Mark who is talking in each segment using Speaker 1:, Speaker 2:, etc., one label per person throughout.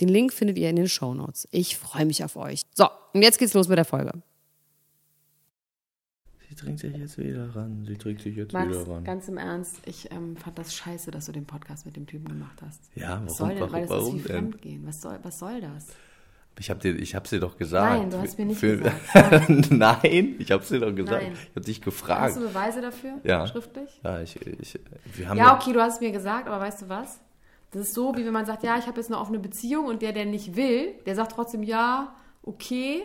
Speaker 1: Den Link findet ihr in den Shownotes. Ich freue mich auf euch. So, und jetzt geht's los mit der Folge.
Speaker 2: Sie trinkt sich jetzt wieder ran. Sie trinkt sich jetzt
Speaker 3: Max,
Speaker 2: wieder ran.
Speaker 3: ganz im Ernst, ich ähm, fand das scheiße, dass du den Podcast mit dem Typen gemacht hast.
Speaker 2: Ja, warum-
Speaker 3: was soll denn? Weil das
Speaker 2: warum
Speaker 3: ist wie
Speaker 2: denn?
Speaker 3: Fremdgehen. Was soll, was soll das?
Speaker 2: Ich habe dir, ich hab's dir doch gesagt.
Speaker 3: Nein, du hast mir nicht
Speaker 2: gesagt. Nein, ich hab's dir doch gesagt.
Speaker 3: Nein.
Speaker 2: Ich hab dich
Speaker 3: Hast
Speaker 2: gefragt.
Speaker 3: du Beweise dafür?
Speaker 2: Ja.
Speaker 3: Schriftlich?
Speaker 2: Ja, ich, ich, wir haben
Speaker 3: Ja, okay, du hast es mir gesagt, aber weißt du was? Das ist so, wie wenn man sagt, ja, ich habe jetzt eine offene Beziehung und der, der nicht will, der sagt trotzdem ja, okay,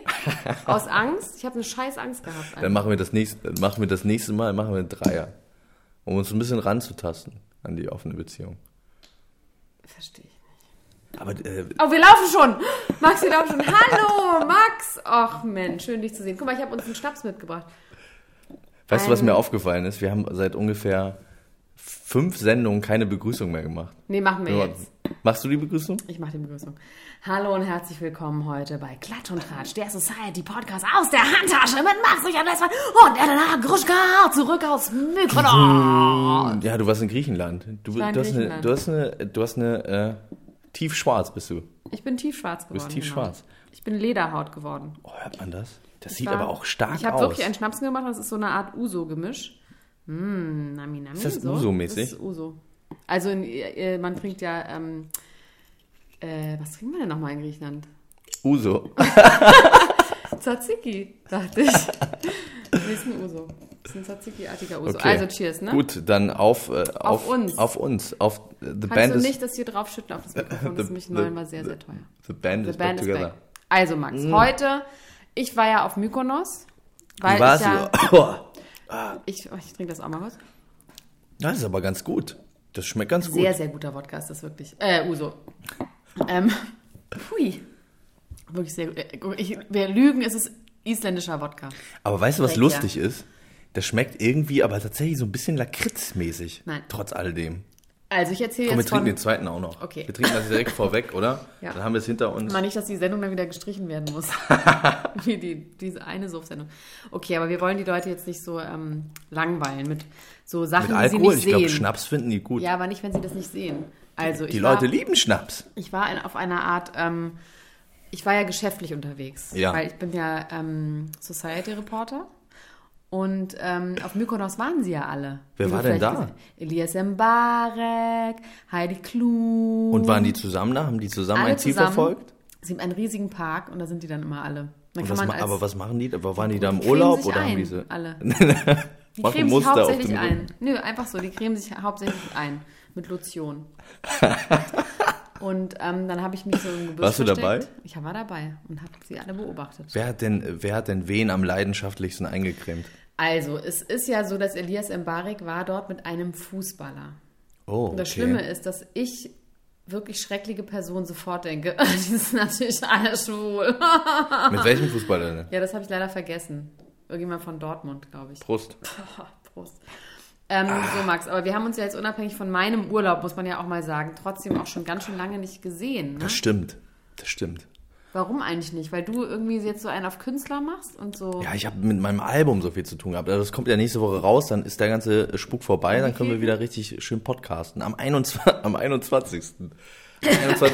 Speaker 3: aus Angst. Ich habe eine scheiß Angst gehabt.
Speaker 2: Dann machen wir das nächste, dann machen wir das nächste Mal, machen wir einen Dreier. Um uns ein bisschen ranzutasten an die offene Beziehung.
Speaker 3: Verstehe ich. nicht.
Speaker 2: Aber äh,
Speaker 3: Oh, wir laufen schon. Max, wir laufen schon. Hallo, Max. Och, Mensch, schön, dich zu sehen. Guck mal, ich habe uns einen Schnaps mitgebracht.
Speaker 2: weißt du, was
Speaker 3: Ähm.
Speaker 2: mir aufgefallen ist? Wir haben seit ungefähr fünf Sendungen keine Begrüßung mehr gemacht.
Speaker 3: Nee, machen wir
Speaker 2: Nur-
Speaker 3: jetzt.
Speaker 2: Machst du die Begrüßung?
Speaker 3: Ich mache die Begrüßung. Hallo und herzlich willkommen heute bei Klatsch und Tratsch, der Society Podcast aus der Handtasche mit Max Richard Lessmann und Elena Gruschka zurück aus Mykonos.
Speaker 2: Hm, Ja, du warst in Griechenland. Du, du,
Speaker 3: war in
Speaker 2: hast, eine,
Speaker 3: Griechenland.
Speaker 2: du hast eine, du hast eine, äh, tiefschwarz bist du.
Speaker 3: Ich bin tiefschwarz geworden.
Speaker 2: bist tiefschwarz.
Speaker 3: Genau. Ich bin Lederhaut geworden.
Speaker 2: Oh, hört man das? Das
Speaker 3: Ich
Speaker 2: sieht
Speaker 3: war-
Speaker 2: aber auch stark
Speaker 3: Ich habe
Speaker 2: aus.
Speaker 3: wirklich einen Schnapsen gemacht, das ist so eine Art Uso-Gemisch. Mm, nami, nami,
Speaker 2: Ist das
Speaker 3: so.
Speaker 2: Uso-mäßig?
Speaker 3: Das ist Uso. Also in, äh, man trinkt ja, ähm, äh, was trinken wir denn nochmal in Griechenland?
Speaker 2: Uso.
Speaker 3: Also, Tzatziki, dachte ich. nee, ist ein Uso. Ist ein Tzatziki-artiger Uso.
Speaker 2: Okay.
Speaker 3: Also cheers, ne?
Speaker 2: Gut, dann auf, äh, auf,
Speaker 3: uns.
Speaker 2: Auf uns. Auf äh, The Band
Speaker 3: Kannst du
Speaker 2: is,
Speaker 3: nicht das hier draufschütten auf das Mikrofon? Das
Speaker 2: The-
Speaker 3: ist nämlich
Speaker 2: the-
Speaker 3: neunmal sehr, sehr teuer.
Speaker 2: the band
Speaker 3: The
Speaker 2: is
Speaker 3: band
Speaker 2: back
Speaker 3: is
Speaker 2: together.
Speaker 3: back. Also Max,
Speaker 2: Mm.
Speaker 3: heute, ich war ja auf Mykonos, weil
Speaker 2: Wie war's?
Speaker 3: ich ja,
Speaker 2: Oh,
Speaker 3: ich, oh, ich trinke das auch mal was.
Speaker 2: das ist aber ganz gut. Das schmeckt ganz
Speaker 3: Sehr,
Speaker 2: gut.
Speaker 3: sehr guter Wodka ist das wirklich. Äh, Uso. Ähm, hui. Wirklich sehr gut. Äh, Ich, wir lügen, es ist isländischer Wodka.
Speaker 2: Aber weißt du, was
Speaker 3: Schmeckt,
Speaker 2: lustig ist? Das schmeckt irgendwie, aber tatsächlich so ein bisschen lakritzmäßig.
Speaker 3: Nein.
Speaker 2: Trotz alledem.
Speaker 3: Also ich erzähle
Speaker 2: Komm, wir
Speaker 3: jetzt
Speaker 2: trinken
Speaker 3: von...
Speaker 2: den zweiten auch noch.
Speaker 3: Okay.
Speaker 2: Wir trinken das direkt vorweg, oder?
Speaker 3: Ja.
Speaker 2: Dann haben wir es hinter uns.
Speaker 3: Mal nicht, dass die Sendung dann wieder gestrichen werden muss. Wie die, diese eine Suff-Sendung. Okay, aber wir wollen die Leute jetzt nicht so ähm, langweilen mit so Sachen,
Speaker 2: Mit Alkohol,
Speaker 3: die
Speaker 2: ich
Speaker 3: sie nicht
Speaker 2: glaube,
Speaker 3: sehen.
Speaker 2: Schnaps finden die gut.
Speaker 3: Ja, aber nicht, wenn sie das nicht sehen. Also
Speaker 2: die
Speaker 3: ich
Speaker 2: Leute
Speaker 3: war,
Speaker 2: lieben Schnaps.
Speaker 3: Ich war in, auf einer Art, ähm, ich war ja geschäftlich unterwegs,
Speaker 2: Ja.
Speaker 3: weil ich bin ja ähm, Society-Reporter. Und ähm, auf Mykonos waren sie ja alle.
Speaker 2: Wer
Speaker 3: Wie
Speaker 2: war
Speaker 3: du
Speaker 2: denn
Speaker 3: vielleicht
Speaker 2: da?
Speaker 3: gesehen- Elias Mbarek, Heidi Klum.
Speaker 2: Und waren die zusammen da? Haben die zusammen
Speaker 3: Mhm. alle
Speaker 2: ein Ziel
Speaker 3: zusammen.
Speaker 2: verfolgt?
Speaker 3: Sie haben einen riesigen Park und da sind die dann immer alle.
Speaker 2: Und
Speaker 3: Dann kann
Speaker 2: was,
Speaker 3: man
Speaker 2: ma-
Speaker 3: als,
Speaker 2: aber was machen die? da? Aber waren die da im
Speaker 3: cremen
Speaker 2: Urlaub
Speaker 3: sich
Speaker 2: oder haben
Speaker 3: ein,
Speaker 2: die so?
Speaker 3: alle.
Speaker 2: Die
Speaker 3: die cremen sich hauptsächlich ein. Nö, einfach so. Die cremen sich hauptsächlich ein. Mit Lotion. und ähm, dann habe ich mich so im Gebüsch
Speaker 2: Warst du
Speaker 3: versteckt.
Speaker 2: dabei?
Speaker 3: Ich war dabei und habe sie alle beobachtet.
Speaker 2: Wer hat, denn, wer hat denn wen am leidenschaftlichsten eingecremt?
Speaker 3: Also, es ist ja so, dass Elias Mbarek war dort mit einem Fußballer.
Speaker 2: Oh,
Speaker 3: Und
Speaker 2: okay.
Speaker 3: das Schlimme ist, dass ich wirklich schreckliche Personen sofort denke, die sind natürlich alle schwul.
Speaker 2: Mit welchem Fußballer denn?
Speaker 3: ja, das habe ich leider vergessen. Irgendjemand von Dortmund, glaube ich.
Speaker 2: Prost.
Speaker 3: Prost. Ähm,
Speaker 2: Ah.
Speaker 3: so, Max, aber wir haben uns ja jetzt unabhängig von meinem Urlaub, muss man ja auch mal sagen, trotzdem auch schon ganz schön lange nicht gesehen. Ne?
Speaker 2: Das stimmt. Das stimmt.
Speaker 3: Warum eigentlich nicht? Weil du irgendwie jetzt so einen auf Künstler machst und so.
Speaker 2: Ja, ich habe mit meinem Album so viel zu tun gehabt. Also das kommt ja nächste Woche raus, dann ist der ganze Spuk vorbei, dann können wir wieder richtig schön podcasten. Am 21. Am 21. Am 21.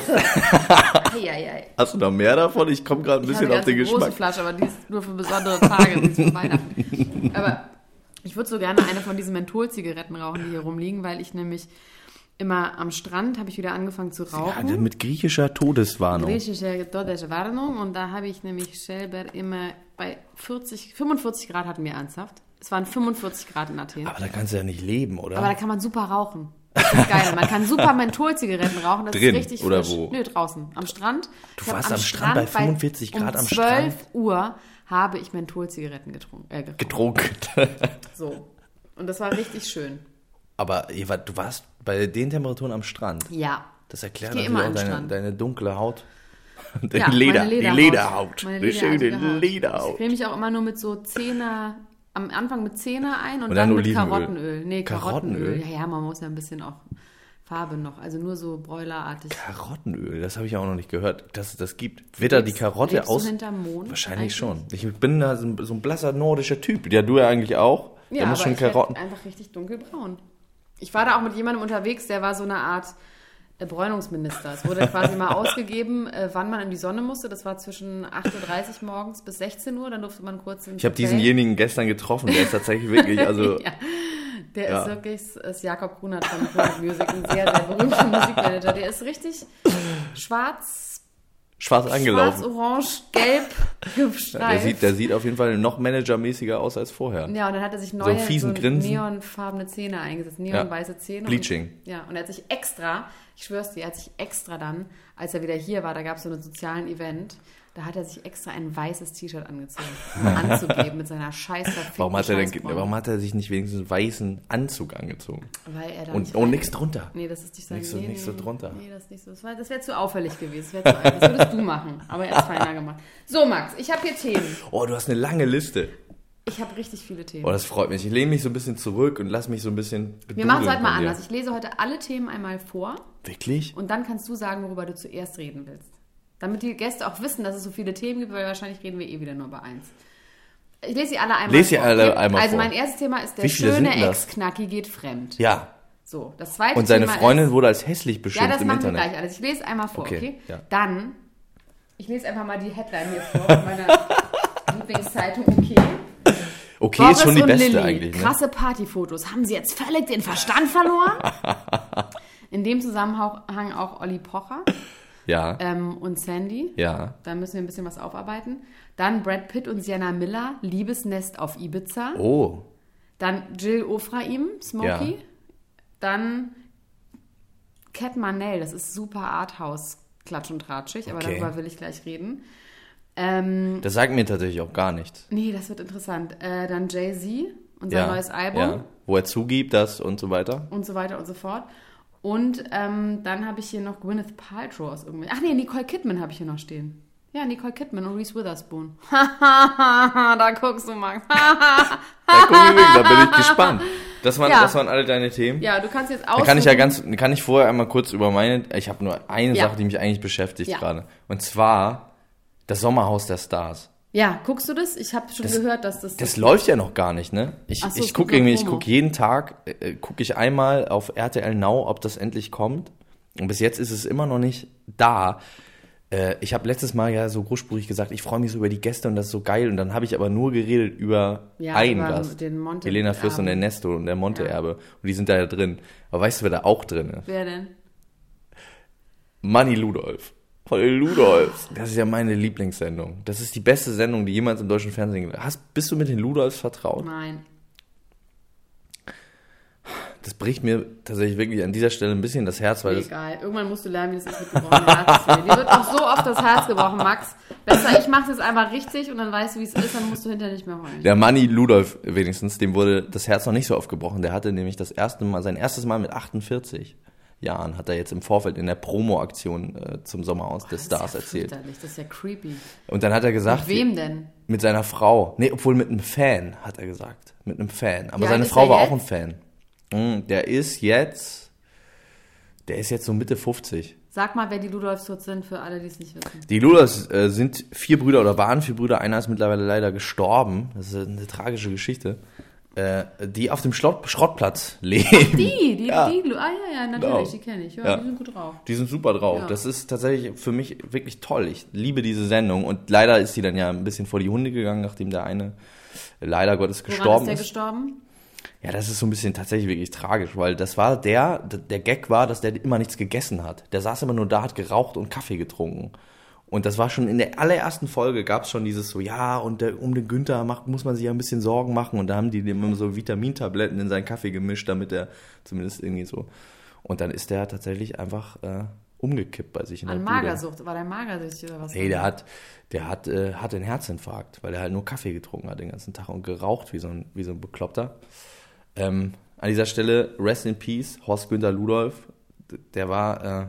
Speaker 3: ja, ja. ja.
Speaker 2: Hast du noch mehr davon? Ich komme gerade ein
Speaker 3: Ich
Speaker 2: bisschen
Speaker 3: habe
Speaker 2: auf den
Speaker 3: eine große
Speaker 2: Geschmack.
Speaker 3: Flasche, aber die ist nur für besondere Tage, die ist für Weihnachten. Aber ich würde so gerne eine von diesen Mentholzigaretten rauchen, die hier rumliegen, weil ich nämlich immer am Strand habe ich wieder angefangen zu
Speaker 2: Ja, ne,
Speaker 3: rauchen.
Speaker 2: mit griechischer Todeswarnung.
Speaker 3: griechische Todeswarnung Warnung und da habe ich nämlich selber immer bei 40, 45 Grad hatten wir ernsthaft. Es waren 45 Grad in Athen.
Speaker 2: Aber da kannst du ja nicht leben, oder?
Speaker 3: Aber da kann man super rauchen. Das ist geil. Man kann super Mentholzigaretten rauchen. Das
Speaker 2: Drin
Speaker 3: ist richtig
Speaker 2: oder
Speaker 3: frisch.
Speaker 2: wo?
Speaker 3: Nö, draußen. Am Strand. Du
Speaker 2: warst am Strand bei 45 Grad
Speaker 3: um
Speaker 2: am
Speaker 3: 12
Speaker 2: Strand?
Speaker 3: Uhr habe ich Mentholzigaretten getrunken. Äh, geraucht.
Speaker 2: Getrunken.
Speaker 3: so. Und das war richtig schön.
Speaker 2: Aber Eva, du warst bei den Temperaturen am Strand.
Speaker 3: Ja.
Speaker 2: Das erklärt
Speaker 3: Ich
Speaker 2: natürlich
Speaker 3: geh immer
Speaker 2: auch
Speaker 3: am
Speaker 2: deine,
Speaker 3: Strand.
Speaker 2: deine dunkle Haut. Die
Speaker 3: ja,
Speaker 2: Leder,
Speaker 3: meine
Speaker 2: die Lederhaut.
Speaker 3: Meine
Speaker 2: die schöne
Speaker 3: lederartige Haut. Ich
Speaker 2: Lederhaut.
Speaker 3: creme mich auch immer nur mit so Zehner, am Anfang mit Zehner ein und,
Speaker 2: Und dann
Speaker 3: dann, mit
Speaker 2: Olivenöl.
Speaker 3: Karottenöl. Nee, Karottenöl.
Speaker 2: Karottenöl?
Speaker 3: Ja, ja, man muss ja ein bisschen auch Farbe noch, also nur so bräulerartig.
Speaker 2: Karottenöl, das habe ich auch noch nicht gehört, dass es das gibt. Wird da die
Speaker 3: Lebst-
Speaker 2: Karotte
Speaker 3: lebst du
Speaker 2: aus?
Speaker 3: hinterm Mond
Speaker 2: Wahrscheinlich
Speaker 3: eigentlich?
Speaker 2: schon. Ich bin da so ein, so ein blasser nordischer Typ. Ja, du ja eigentlich auch.
Speaker 3: Ja,
Speaker 2: da muss
Speaker 3: aber
Speaker 2: schon
Speaker 3: ich werd
Speaker 2: Karotten.
Speaker 3: einfach richtig dunkelbraun. Ich war da auch mit jemandem unterwegs, der war so eine Art äh, Bräunungsminister. Es wurde quasi mal ausgegeben, äh, wann man in die Sonne musste. Das war zwischen 8.30 Uhr morgens bis 16 Uhr. Dann durfte man kurz ins
Speaker 2: Ich habe
Speaker 3: Hotel.
Speaker 2: diesenjenigen gestern getroffen, der ist tatsächlich wirklich, also
Speaker 3: Ja. Der
Speaker 2: Ja.
Speaker 3: ist wirklich, es ist Jakob Grunert von Grunert Music, ein sehr, sehr berühmter Musikmanager. Der ist richtig schwarz,
Speaker 2: schwarz
Speaker 3: schwarz,
Speaker 2: angelaufen.
Speaker 3: orange, gelb
Speaker 2: der, sieht,
Speaker 3: gestreift.
Speaker 2: der sieht auf jeden Fall noch managermäßiger aus als vorher.
Speaker 3: Ja, und dann hat er sich
Speaker 2: einen
Speaker 3: neue
Speaker 2: fiesen
Speaker 3: so
Speaker 2: Grinsen.
Speaker 3: neonfarbene Zähne eingesetzt, neonweiße Zähne.
Speaker 2: Bleaching.
Speaker 3: Und, ja, und er hat sich extra, ich schwör's dir, er hat sich extra dann, als er wieder hier war, da gab es so einen sozialen Event, da hat er sich extra ein weißes T-Shirt angezogen, um anzugeben mit seiner scheiß verfickten
Speaker 2: Warum hat, er denn,
Speaker 3: Scheißbräune.
Speaker 2: warum hat er sich nicht wenigstens einen weißen Anzug angezogen?
Speaker 3: Weil er da
Speaker 2: Und,
Speaker 3: nicht
Speaker 2: und nichts drunter.
Speaker 3: Nee, das ist nicht sein.
Speaker 2: Nix so-
Speaker 3: nee,
Speaker 2: nix
Speaker 3: nee,
Speaker 2: so
Speaker 3: nee.
Speaker 2: drunter.
Speaker 3: Nee, das ist nicht so. Das, war- das wäre zu auffällig gewesen. Das, wär zu einfach. das würdest du machen. Aber er hat es feiner gemacht. So, Max, ich habe hier Themen.
Speaker 2: Oh, du hast eine lange Liste.
Speaker 3: Ich habe richtig viele Themen.
Speaker 2: Oh, das freut mich. Ich lehne mich so ein bisschen zurück und lass mich so ein bisschen
Speaker 3: Wir
Speaker 2: bedudeln
Speaker 3: machen es heute
Speaker 2: von
Speaker 3: mal
Speaker 2: dir.
Speaker 3: anders. Ich lese heute alle Themen einmal vor
Speaker 2: Wirklich?
Speaker 3: und dann kannst du sagen, worüber du zuerst reden willst. Damit die Gäste auch wissen, dass es so viele Themen gibt, weil wahrscheinlich reden wir eh wieder nur über eins. Ich lese sie alle einmal
Speaker 2: Lese sie
Speaker 3: vor.
Speaker 2: alle
Speaker 3: okay?
Speaker 2: einmal
Speaker 3: Also
Speaker 2: vor.
Speaker 3: mein erstes Thema ist der
Speaker 2: Wie viele
Speaker 3: schöne
Speaker 2: sind denn das?
Speaker 3: Ex-Knacki geht fremd.
Speaker 2: Ja.
Speaker 3: So, das zweite
Speaker 2: Und seine
Speaker 3: Thema
Speaker 2: Freundin wurde als hässlich
Speaker 3: Ja,
Speaker 2: beschimpft
Speaker 3: das
Speaker 2: im
Speaker 3: machen wir
Speaker 2: Internet.
Speaker 3: gleich alles. Ich lese einmal vor,
Speaker 2: Okay,
Speaker 3: okay?
Speaker 2: ja.
Speaker 3: Dann, ich lese einfach mal die Headline hier vor von meiner Lieblingszeitung, okay?
Speaker 2: Okay,
Speaker 3: Boris
Speaker 2: ist schon die
Speaker 3: und
Speaker 2: beste
Speaker 3: Lilly,
Speaker 2: eigentlich. Ne?
Speaker 3: krasse Partyfotos. Haben sie jetzt völlig den Verstand verloren? In dem Zusammenhang auch Olli Pocher
Speaker 2: Ja.
Speaker 3: ähm, und Sandy.
Speaker 2: Ja.
Speaker 3: Da müssen wir ein bisschen was aufarbeiten. Dann Brad Pitt und Sienna Miller, Liebesnest auf Ibiza.
Speaker 2: Oh.
Speaker 3: Dann Jill Ofraim, Smokey.
Speaker 2: Ja.
Speaker 3: Dann Cat Manel, das ist super Arthouse, klatsch und tratschig, aber
Speaker 2: Okay.
Speaker 3: darüber will ich gleich reden. Ähm,
Speaker 2: Das sagt mir tatsächlich auch gar nichts.
Speaker 3: nee, das wird interessant. Äh, dann Jay-Z, unser
Speaker 2: ja.
Speaker 3: neues Album
Speaker 2: Ja. Wo er zugibt, das und so weiter.
Speaker 3: und so weiter und so fort. Und ähm, dann habe ich hier noch Gwyneth Paltrow aus irgendwie. Ach nee, Nicole Kidman habe ich hier noch stehen. Ja, Nicole Kidman und Reese Witherspoon. da guckst du, Max.
Speaker 2: Da, guck ich wirklich, da bin ich gespannt. Das waren,
Speaker 3: Ja.
Speaker 2: das waren alle deine Themen.
Speaker 3: ja, du kannst jetzt
Speaker 2: Da
Speaker 3: auch.
Speaker 2: kann ich ja ganz, kann ich vorher einmal kurz über meine, ich habe nur eine
Speaker 3: Ja.
Speaker 2: Sache, die mich eigentlich beschäftigt
Speaker 3: Ja.
Speaker 2: gerade. Und zwar das Sommerhaus der Stars.
Speaker 3: Ja, guckst du das? Ich habe schon gehört, dass das.
Speaker 2: Das läuft ja noch gar nicht, ne? Ich,
Speaker 3: Ach so,
Speaker 2: ich
Speaker 3: es gibt
Speaker 2: gucke
Speaker 3: noch
Speaker 2: irgendwie, ich
Speaker 3: Promo.
Speaker 2: gucke jeden Tag, äh, gucke ich einmal auf RTL Now, ob das endlich kommt. Und bis jetzt ist es immer noch nicht da. Äh, ich habe letztes Mal ja so großspurig gesagt, ich freue mich so über die Gäste und das ist so geil. Und dann habe ich aber nur geredet über
Speaker 3: Ja,
Speaker 2: einen
Speaker 3: über
Speaker 2: Gast.
Speaker 3: den Monte-
Speaker 2: Elena Fürst und
Speaker 3: Erbe.
Speaker 2: Ernesto und der Monte-Erbe. Und die sind da ja drin. Aber weißt du, wer da auch drin ist?
Speaker 3: Wer denn?
Speaker 2: Manni Ludolf. Von den Ludolfs. Das ist ja meine Lieblingssendung. Das ist die beste Sendung, die jemals im deutschen Fernsehen. Hast, bist du mit den Ludolfs vertraut?
Speaker 3: Nein.
Speaker 2: Das bricht mir tatsächlich wirklich an dieser Stelle ein bisschen das Herz, weil das,
Speaker 3: Egal. Irgendwann musst du lernen, wie das ist mit gebrochenem Herz. zu leben. Dir wird auch so oft das Herz gebrochen, Max. Besser, ich mach's jetzt einmal richtig und dann weißt du, wie es ist, dann musst du hinterher nicht mehr heulen.
Speaker 2: der Manni Ludolf wenigstens, dem wurde das Herz noch nicht so aufgebrochen. Der hatte nämlich das erste Mal, sein erstes Mal mit 48 Jahren, hat er jetzt im Vorfeld in der Promo-Aktion äh, zum Sommerhaus des Stars
Speaker 3: das ist ja
Speaker 2: erzählt.
Speaker 3: fürchterlich, Das ist ja creepy.
Speaker 2: Und dann hat er gesagt,
Speaker 3: Mit wem denn?
Speaker 2: mit seiner Frau, nee, obwohl mit einem Fan, hat er gesagt, mit einem Fan. Aber
Speaker 3: Wie
Speaker 2: seine
Speaker 3: alt ist
Speaker 2: Frau
Speaker 3: er
Speaker 2: war
Speaker 3: jetzt?
Speaker 2: auch ein Fan. Hm, Der ist jetzt, der ist jetzt so Mitte 50.
Speaker 3: Sag mal, wer die Ludolfs dort sind, für alle, die es nicht wissen.
Speaker 2: Die Lulas äh, sind vier Brüder oder waren vier Brüder. Einer ist mittlerweile leider gestorben. Das ist eine tragische Geschichte. Äh, die auf dem Schlott Schrottplatz leben.
Speaker 3: Die, die,
Speaker 2: Ja.
Speaker 3: die, Lu- ah ja, ja, natürlich,
Speaker 2: Genau.
Speaker 3: die kenne ich. Ja,
Speaker 2: Ja.
Speaker 3: die sind gut drauf.
Speaker 2: Die sind super drauf.
Speaker 3: Ja.
Speaker 2: Das ist tatsächlich für mich wirklich toll. Ich liebe diese Sendung. Und leider ist die dann ja ein bisschen vor die Hunde gegangen, nachdem der eine leider Gottes
Speaker 3: Woran
Speaker 2: gestorben
Speaker 3: ist der
Speaker 2: ist.
Speaker 3: gestorben?
Speaker 2: Ja, das ist so ein bisschen tatsächlich wirklich tragisch, weil das war der, d- der Gag war, dass der immer nichts gegessen hat. Der saß immer nur da, hat geraucht und Kaffee getrunken. Und das war schon in der allerersten Folge gab's schon dieses so, ja, und der, um den Günther macht, muss man sich ja ein bisschen Sorgen machen. Und da haben die dem immer so Vitamintabletten in seinen Kaffee gemischt, damit er zumindest irgendwie so. Und dann ist der tatsächlich einfach äh, umgekippt bei sich in
Speaker 3: An
Speaker 2: der Bude.
Speaker 3: Magersucht. War der magersüchtig oder was?
Speaker 2: Nee, der hat, der hat, äh, hat einen Herzinfarkt, weil er halt nur Kaffee getrunken hat den ganzen Tag und geraucht wie so ein, wie so ein Bekloppter. Ähm, an dieser Stelle, rest in peace, Horst Günther Ludolf. D- Der war, äh,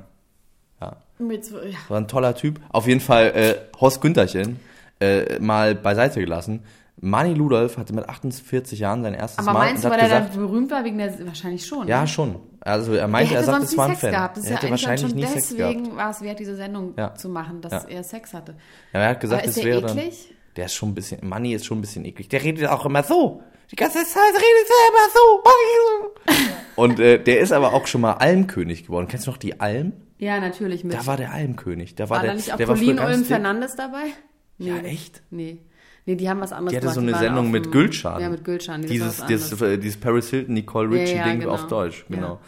Speaker 3: Mit so, ja.
Speaker 2: war ein toller Typ. Auf jeden Fall, äh, Horst Güntherchen äh, mal beiseite gelassen. Mani Ludolf hatte mit 48 Jahren sein erstes
Speaker 3: Aber
Speaker 2: Mal
Speaker 3: meinst
Speaker 2: und
Speaker 3: du,
Speaker 2: hat
Speaker 3: weil er dann
Speaker 2: gesagt,
Speaker 3: berühmt war wegen der. Wahrscheinlich schon.
Speaker 2: ja,
Speaker 3: ne?
Speaker 2: schon. Also er meinte, er
Speaker 3: er hätte
Speaker 2: sagte,
Speaker 3: sonst
Speaker 2: es
Speaker 3: nie
Speaker 2: war ein
Speaker 3: Sex
Speaker 2: Fan.
Speaker 3: gehabt. Das ist
Speaker 2: er
Speaker 3: ja
Speaker 2: hätte
Speaker 3: eigentlich
Speaker 2: wahrscheinlich
Speaker 3: schon
Speaker 2: nie Sex gehabt.
Speaker 3: deswegen war es wert, diese Sendung
Speaker 2: Ja.
Speaker 3: zu machen, dass
Speaker 2: Ja.
Speaker 3: er Sex hatte.
Speaker 2: Ja, er hat gesagt,
Speaker 3: Aber ist
Speaker 2: es
Speaker 3: der
Speaker 2: wäre dann,
Speaker 3: eklig?
Speaker 2: Der ist schon ein bisschen, Manni ist schon ein bisschen eklig. Der redet auch immer so. Die ganze Zeit redet er immer so. Und äh, der ist aber auch schon mal Almkönig geworden. Kennst du noch die Alm?
Speaker 3: Ja, natürlich mit.
Speaker 2: Da war der Almkönig. Da war,
Speaker 3: war
Speaker 2: der,
Speaker 3: da nicht auch
Speaker 2: der war früher
Speaker 3: Pauline
Speaker 2: ganz
Speaker 3: Ulm
Speaker 2: dick.
Speaker 3: Fernandes dabei? Nee.
Speaker 2: Ja, echt?
Speaker 3: Nee. Nee, die haben was anderes
Speaker 2: Die hatte so
Speaker 3: gemacht.
Speaker 2: eine
Speaker 3: waren
Speaker 2: Sendung
Speaker 3: auf
Speaker 2: mit
Speaker 3: dem-
Speaker 2: Gülschan.
Speaker 3: Ja, mit Gülschan. die
Speaker 2: Dieses,
Speaker 3: war was
Speaker 2: dieses,
Speaker 3: anderes.
Speaker 2: äh, dieses Paris Hilton, Nicole
Speaker 3: Ja,
Speaker 2: Richie
Speaker 3: ja,
Speaker 2: Ding
Speaker 3: genau.
Speaker 2: auf Deutsch,
Speaker 3: Ja.
Speaker 2: genau.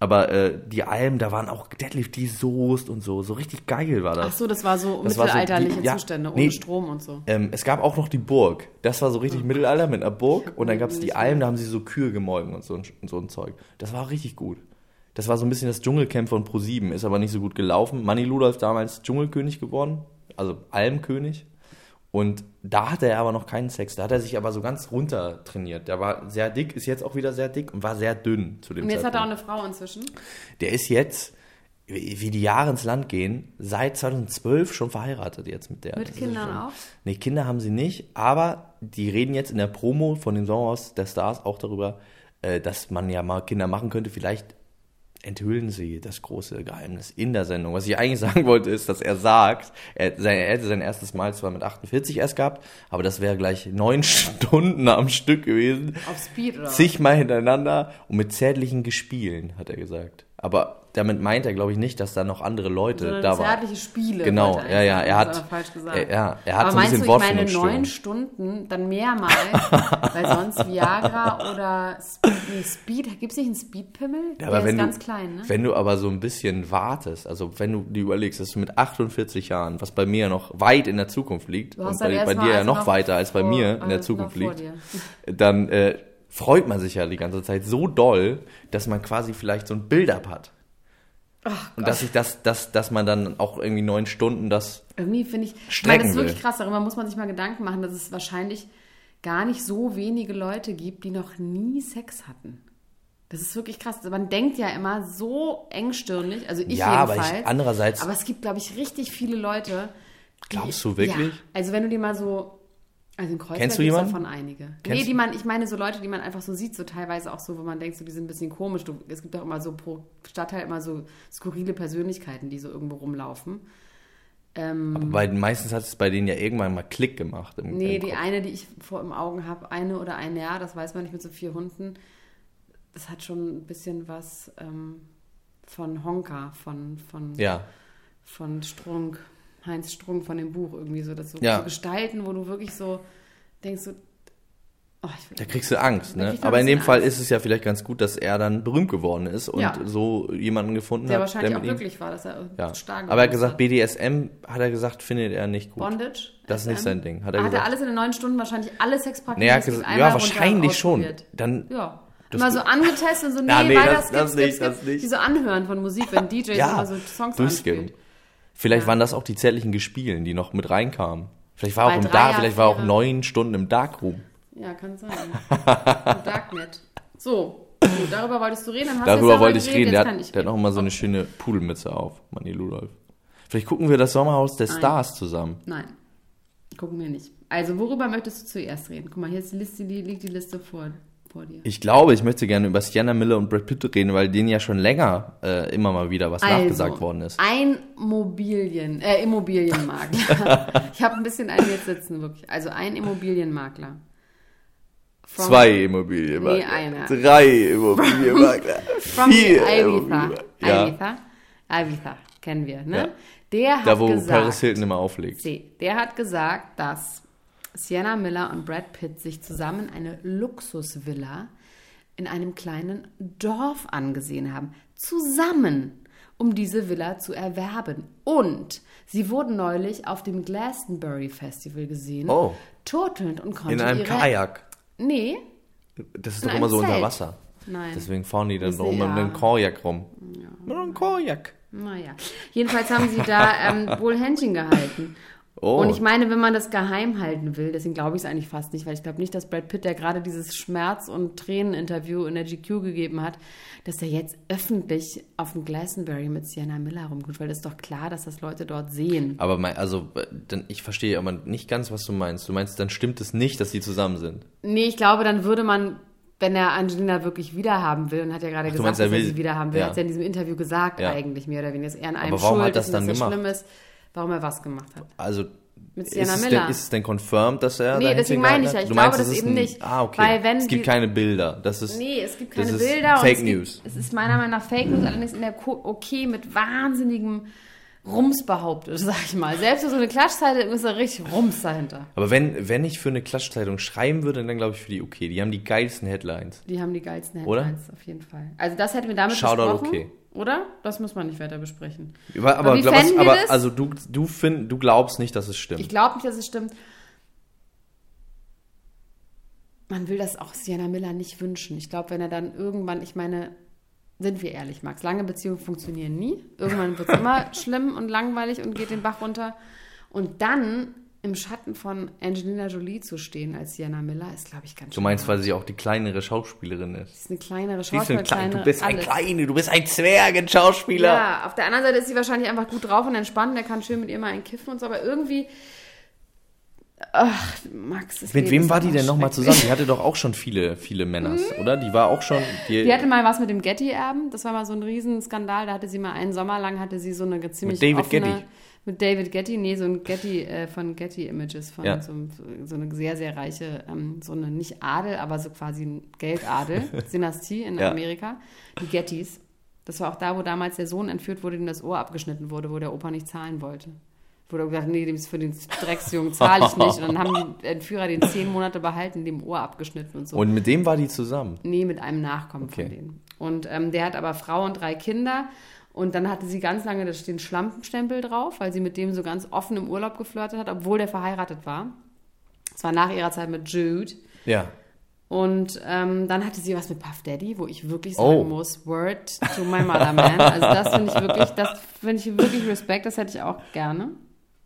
Speaker 2: Aber äh, die Alm, da waren auch Deadlift, die Soest und so. So richtig geil war das.
Speaker 3: Ach so, das war so
Speaker 2: Das war so die-
Speaker 3: mittelalterliche
Speaker 2: ja,
Speaker 3: Zustände, ohne
Speaker 2: nee.
Speaker 3: Strom und so.
Speaker 2: Ähm, es gab auch noch die Burg. Das war so
Speaker 3: Oh
Speaker 2: richtig Mittelalter mit einer Burg. Und dann gab es die
Speaker 3: nicht
Speaker 2: Alm, da haben sie so Kühe gemolken und so, ein- und so ein Zeug. Das war richtig gut. Das war so ein bisschen das Dschungelcamp von Pro7, ist aber nicht so gut gelaufen. Manni Ludolf damals Dschungelkönig geworden, also Almkönig. Und da hatte er aber noch keinen Sex. Da hat er sich aber so ganz runter trainiert. Der war sehr dick, ist jetzt auch wieder sehr dick und war sehr dünn zu dem
Speaker 3: Und jetzt hat
Speaker 2: Zeitpunkt.
Speaker 3: er auch eine Frau inzwischen.
Speaker 2: Der ist jetzt, wie wie die Jahre ins Land gehen, seit 2012 schon verheiratet jetzt mit der.
Speaker 3: Mit
Speaker 2: Das ist
Speaker 3: Kindern
Speaker 2: schon,
Speaker 3: auch?
Speaker 2: Nee, Kinder haben sie nicht, aber die reden jetzt in der Promo von dem Sommerhaus der Stars auch darüber, äh, dass man ja mal Kinder machen könnte. Vielleicht enthüllen sie das große Geheimnis in der Sendung. Was ich eigentlich sagen wollte, ist, dass er sagt, er, sein, er hätte sein erstes Mal zwar mit 48 erst gehabt, aber das wäre gleich neun Stunden am Stück gewesen
Speaker 3: Auf Speed oder was?
Speaker 2: zigmal hintereinander und mit zärtlichen Gespielen, hat er gesagt. Aber damit meint er, glaube ich, nicht, dass da noch andere Leute
Speaker 3: Sondern
Speaker 2: da waren.
Speaker 3: zärtliche Spiele.
Speaker 2: Genau,
Speaker 3: wollte
Speaker 2: ja, ja,
Speaker 3: sagen,
Speaker 2: er
Speaker 3: das
Speaker 2: hat,
Speaker 3: hat er falsch gesagt.
Speaker 2: er, ja, er hat
Speaker 3: Aber
Speaker 2: so ein
Speaker 3: meinst
Speaker 2: bisschen
Speaker 3: du, ich meine
Speaker 2: Wortfindungsstörung.
Speaker 3: neun Stunden, dann mehrmals, weil sonst Viagra oder Speed, nee, Speed gibt es nicht einen Speedpimmel?
Speaker 2: Ja,
Speaker 3: Der
Speaker 2: aber
Speaker 3: ist
Speaker 2: wenn du,
Speaker 3: ganz klein, ne?
Speaker 2: wenn du aber so ein bisschen wartest, also wenn du dir überlegst, dass du mit 48 Jahren, was bei mir noch weit in der Zukunft liegt,
Speaker 3: Du hast
Speaker 2: und
Speaker 3: dann
Speaker 2: bei,
Speaker 3: erst
Speaker 2: bei
Speaker 3: mal
Speaker 2: dir ja
Speaker 3: also
Speaker 2: noch
Speaker 3: noch
Speaker 2: weiter als bei
Speaker 3: vor-
Speaker 2: mir in
Speaker 3: also
Speaker 2: der
Speaker 3: noch
Speaker 2: Zukunft
Speaker 3: vor
Speaker 2: liegt, dann äh, freut man sich ja die ganze Zeit so doll, dass man quasi vielleicht so ein Build-up hat. und dass ich das, das, dass man dann auch irgendwie neun Stunden das.
Speaker 3: Irgendwie finde ich, ich meine,
Speaker 2: strecken
Speaker 3: das ist wirklich
Speaker 2: will.
Speaker 3: krass, darüber muss man sich mal Gedanken machen, dass es wahrscheinlich gar nicht so wenige Leute gibt, die noch nie Sex hatten. Das ist wirklich krass. Man denkt ja immer so engstirnig, also ich
Speaker 2: Ja, aber ich-
Speaker 3: jedenfalls.
Speaker 2: andererseits-
Speaker 3: Aber es gibt, glaube ich, richtig viele Leute. die-
Speaker 2: Glaubst du wirklich?
Speaker 3: Ja, also wenn du dir mal so, also in Kreuzberg
Speaker 2: Kennst du
Speaker 3: gibt's
Speaker 2: jemanden?
Speaker 3: davon einige.
Speaker 2: Kennst
Speaker 3: nee,
Speaker 2: du-
Speaker 3: die man, ich meine so Leute, die man einfach so sieht, so teilweise auch so, wo man denkt, so, die sind ein bisschen komisch. Du, es gibt auch immer so pro Stadtteil immer so skurrile Persönlichkeiten, die so irgendwo rumlaufen.
Speaker 2: Aber bei, meistens hat es bei denen ja irgendwann mal Klick gemacht. Im,
Speaker 3: Mhm. Nee,
Speaker 2: im
Speaker 3: die
Speaker 2: Kopf.
Speaker 3: eine, die ich vor im Augen habe, eine oder ein Jahr, das weiß man nicht mit so vier Hunden. Das hat schon ein bisschen was ähm, von Honka, von, von,
Speaker 2: Ja.
Speaker 3: von Strunk, Heinz Strunk von dem Buch irgendwie so. Das so,
Speaker 2: Ja.
Speaker 3: so Gestalten, wo du wirklich so denkst, so, oh, ich will,
Speaker 2: Da kriegst du Angst,
Speaker 3: Da
Speaker 2: ne?
Speaker 3: kriegst du
Speaker 2: Aber
Speaker 3: ein
Speaker 2: in dem
Speaker 3: bisschen
Speaker 2: Fall
Speaker 3: Angst.
Speaker 2: ist es ja vielleicht ganz gut, dass er dann berühmt geworden ist und
Speaker 3: Ja.
Speaker 2: so jemanden gefunden
Speaker 3: der
Speaker 2: hat,
Speaker 3: wahrscheinlich auch
Speaker 2: mit ihm.
Speaker 3: glücklich war, dass er
Speaker 2: Ja.
Speaker 3: stark
Speaker 2: Aber er hat
Speaker 3: geworden
Speaker 2: gesagt,
Speaker 3: ist. ne?
Speaker 2: BDSM hat er gesagt, findet er nicht gut.
Speaker 3: Bondage.
Speaker 2: Das ist nicht
Speaker 3: SM.
Speaker 2: sein Ding, hat
Speaker 3: Ah, Hat
Speaker 2: er
Speaker 3: er,
Speaker 2: gesagt.
Speaker 3: alles in den neun Stunden wahrscheinlich alles Sex
Speaker 2: nee, er
Speaker 3: praktiziert.
Speaker 2: hat gesagt, ja, wahrscheinlich schon. Dann,
Speaker 3: Ja.
Speaker 2: Das-
Speaker 3: immer so angetestet und so, nee,
Speaker 2: Ja, nee,
Speaker 3: weiter
Speaker 2: das-
Speaker 3: skip,
Speaker 2: das
Speaker 3: skip,
Speaker 2: nicht,
Speaker 3: skip.
Speaker 2: das nicht.
Speaker 3: Die so anhören von Musik, wenn DJs
Speaker 2: ja,
Speaker 3: immer so Songs
Speaker 2: durchskippen.
Speaker 3: anspielen.
Speaker 2: Vielleicht
Speaker 3: Ja.
Speaker 2: waren das auch die zärtlichen Gespielen, die noch mit reinkamen. Vielleicht war er
Speaker 3: Bei
Speaker 2: auch im
Speaker 3: drei
Speaker 2: Dark,
Speaker 3: Jahren
Speaker 2: vielleicht war er auch
Speaker 3: wäre-
Speaker 2: neun Stunden im Darkroom.
Speaker 3: Ja, kann sein. Im Darknet. So, gut, darüber wolltest du reden. Dann hast du jetzt
Speaker 2: Darüber
Speaker 3: darüber
Speaker 2: wollte ich reden.
Speaker 3: geredet,
Speaker 2: Der
Speaker 3: jetzt kann
Speaker 2: hat, der hat noch mal so eine schöne Pudelmütze auf, Manni Ludolf. Vielleicht gucken wir das Sommerhaus der Stars zusammen.
Speaker 3: Nein, gucken wir nicht. Also, worüber möchtest du zuerst reden? Guck mal, hier ist die Liste, die, liegt die Liste vor, vor dir.
Speaker 2: Ich glaube, ich möchte gerne über Sienna Miller und Brad Pitt reden, weil denen ja schon länger äh, immer mal wieder was
Speaker 3: Also,
Speaker 2: nachgesagt worden ist.
Speaker 3: Ein Mobilien, äh, Immobilienmakler. ich habe ein bisschen einen jetzt sitzen, wirklich. Also ein Immobilienmakler. From-
Speaker 2: Zwei Immobilienmakler.
Speaker 3: Nee, einer.
Speaker 2: Drei Immobilienmakler.
Speaker 3: From
Speaker 2: vier
Speaker 3: Ibiza.
Speaker 2: Immobilienmakler. äh, Ja,
Speaker 3: Ibiza. Ibiza kennen wir, ne?
Speaker 2: Ja.
Speaker 3: Der hat
Speaker 2: da wo
Speaker 3: gesagt,
Speaker 2: Paris Hilton immer auflegt.
Speaker 3: See, der hat gesagt, dass Sienna Miller und Brad Pitt sich zusammen eine Luxusvilla in einem kleinen Dorf angesehen haben. Zusammen, um diese Villa zu erwerben. Und sie wurden neulich auf dem Glastonbury Festival gesehen,
Speaker 2: Oh.
Speaker 3: turtelnd und konnten
Speaker 2: In einem
Speaker 3: ihre...
Speaker 2: Kajak.
Speaker 3: Nee,
Speaker 2: Das ist
Speaker 3: In
Speaker 2: doch immer
Speaker 3: einem
Speaker 2: so unter
Speaker 3: Zelt.
Speaker 2: Wasser.
Speaker 3: Nein.
Speaker 2: Deswegen fahren die dann
Speaker 3: Ist
Speaker 2: rum mit
Speaker 3: egal.
Speaker 2: einem Kajak rum. Mit einem Kajak.
Speaker 3: Naja. Jedenfalls haben sie da ähm, wohl Händchen gehalten.
Speaker 2: Oh.
Speaker 3: Und ich meine, wenn man das geheim halten will, deswegen glaube ich es eigentlich fast nicht, weil ich glaube nicht, dass Brad Pitt, der gerade dieses Schmerz- und Tränen-Interview in der GQ gegeben hat, dass der jetzt öffentlich auf dem Glastonbury mit Sienna Miller rumgeht, weil es ist doch klar, dass das Leute dort sehen.
Speaker 2: Aber mein, also, äh, dann, ich verstehe aber nicht ganz, was du meinst. Du meinst, dann stimmt es nicht, dass die zusammen sind.
Speaker 3: Nee, ich glaube, dann würde man, wenn er Angelina wirklich wiederhaben will, und hat ja gerade gesagt,
Speaker 2: meinst, er
Speaker 3: dass er
Speaker 2: will-
Speaker 3: sie wiederhaben will,
Speaker 2: ja.
Speaker 3: hat er in diesem Interview gesagt
Speaker 2: Ja.
Speaker 3: eigentlich, mehr oder weniger, dass er an einem
Speaker 2: Aber warum
Speaker 3: schuld
Speaker 2: hat das
Speaker 3: ist und
Speaker 2: dann
Speaker 3: dass
Speaker 2: gemacht?
Speaker 3: schlimm ist, warum er was gemacht hat.
Speaker 2: Also,
Speaker 3: Mit
Speaker 2: ist
Speaker 3: Sienna
Speaker 2: es,
Speaker 3: Miller.
Speaker 2: denn, ist es denn confirmed, dass er.
Speaker 3: Nee,
Speaker 2: dahin
Speaker 3: deswegen
Speaker 2: gegangen
Speaker 3: meine ich
Speaker 2: ist?
Speaker 3: ja, ich
Speaker 2: Du meinst,
Speaker 3: glaube das
Speaker 2: es ist
Speaker 3: eben
Speaker 2: ein-
Speaker 3: nicht,
Speaker 2: Ah, okay.
Speaker 3: weil wenn
Speaker 2: es gibt
Speaker 3: die-
Speaker 2: keine Bilder. Das ist.
Speaker 3: Nee, es gibt
Speaker 2: Das
Speaker 3: keine
Speaker 2: ist
Speaker 3: Bilder. und
Speaker 2: Fake
Speaker 3: es gibt,
Speaker 2: News.
Speaker 3: Es ist meiner Meinung nach Fake News, allerdings in der Ko okay mit wahnsinnigem Rums behauptet, sag ich mal. Selbst für so eine Klatschzeile ist da richtig Rums dahinter.
Speaker 2: Aber wenn, wenn ich für eine Klatschzeitung schreiben würde, dann glaube ich für die OK. Die haben die geilsten Headlines.
Speaker 3: Die haben die geilsten
Speaker 2: Oder?
Speaker 3: Headlines auf jeden Fall. Also das hätten wir damit
Speaker 2: Shoutout
Speaker 3: besprochen.
Speaker 2: okay.
Speaker 3: Oder? Das muss man nicht weiter besprechen.
Speaker 2: Aber, aber,
Speaker 3: wie
Speaker 2: glaub, was,
Speaker 3: fänden wir
Speaker 2: aber
Speaker 3: das?
Speaker 2: also du, du, find, du glaubst nicht, dass es stimmt.
Speaker 3: Ich glaube nicht, dass es stimmt. Man will das auch Sienna Miller nicht wünschen. Ich glaube, wenn er dann irgendwann, ich meine, sind wir ehrlich, Max, lange Beziehungen funktionieren nie. Irgendwann wird es immer schlimm und langweilig und geht den Bach runter. Und dann im Schatten von Angelina Jolie zu stehen als Sienna Miller ist, glaube ich, ganz
Speaker 2: du meinst,
Speaker 3: hart.
Speaker 2: weil sie auch die kleinere Schauspielerin ist.
Speaker 3: Sie ist eine kleinere
Speaker 2: Sie ist eine
Speaker 3: Schauspielerin.
Speaker 2: Kleine, du
Speaker 3: kleinere-
Speaker 2: bist ein
Speaker 3: alles.
Speaker 2: Kleine, du bist ein Zwergen-Schauspieler.
Speaker 3: Ja, auf der anderen Seite ist sie wahrscheinlich einfach gut drauf und entspannt. Der kann schön mit ihr mal einen kiffen und so, aber irgendwie. Ach, Max. das
Speaker 2: Mit
Speaker 3: Leben
Speaker 2: wem
Speaker 3: ist
Speaker 2: war die
Speaker 3: einfach
Speaker 2: denn nochmal
Speaker 3: schrecklich.
Speaker 2: zusammen? Die hatte doch auch schon viele, viele Männers, oder? Die war auch schon. Die,
Speaker 3: Mhm. Die hatte mal was mit dem Getty-Erben. Das war mal so ein Riesenskandal. Da hatte sie mal einen Sommer lang, hatte sie so eine ziemlich
Speaker 2: David
Speaker 3: offene...
Speaker 2: Getty.
Speaker 3: Mit David Getty, nee, so ein Getty äh, von Getty Images, von
Speaker 2: Ja.
Speaker 3: so, einem- so eine sehr, sehr reiche, ähm, so eine nicht Adel, aber so quasi ein Geldadel, Dynastie in
Speaker 2: Ja.
Speaker 3: Amerika, die Gettys. Das war auch da, wo damals der Sohn entführt wurde, dem das Ohr abgeschnitten wurde, wo der Opa nicht zahlen wollte. Wurde gesagt, nee, dem ist für den Drecksjungen zahle ich nicht. Und dann haben die Entführer den zehn Monate behalten, dem Ohr abgeschnitten und so.
Speaker 2: und mit dem war die zusammen.
Speaker 3: Nee, mit einem Nachkommen
Speaker 2: Okay.
Speaker 3: von denen. Und ähm, der hat aber Frau und drei Kinder. Und dann hatte sie ganz lange das- den Schlampenstempel drauf, weil sie mit dem so ganz offen im Urlaub geflirtet hat, obwohl der verheiratet war. Das war nach ihrer Zeit mit Jude.
Speaker 2: Ja.
Speaker 3: Und ähm, dann hatte sie was mit Puff Daddy, wo ich wirklich sagen
Speaker 2: Oh.
Speaker 3: muss, Word to my mother man. Also das finde ich wirklich, das finde ich wirklich Respekt, das hätte ich auch gerne.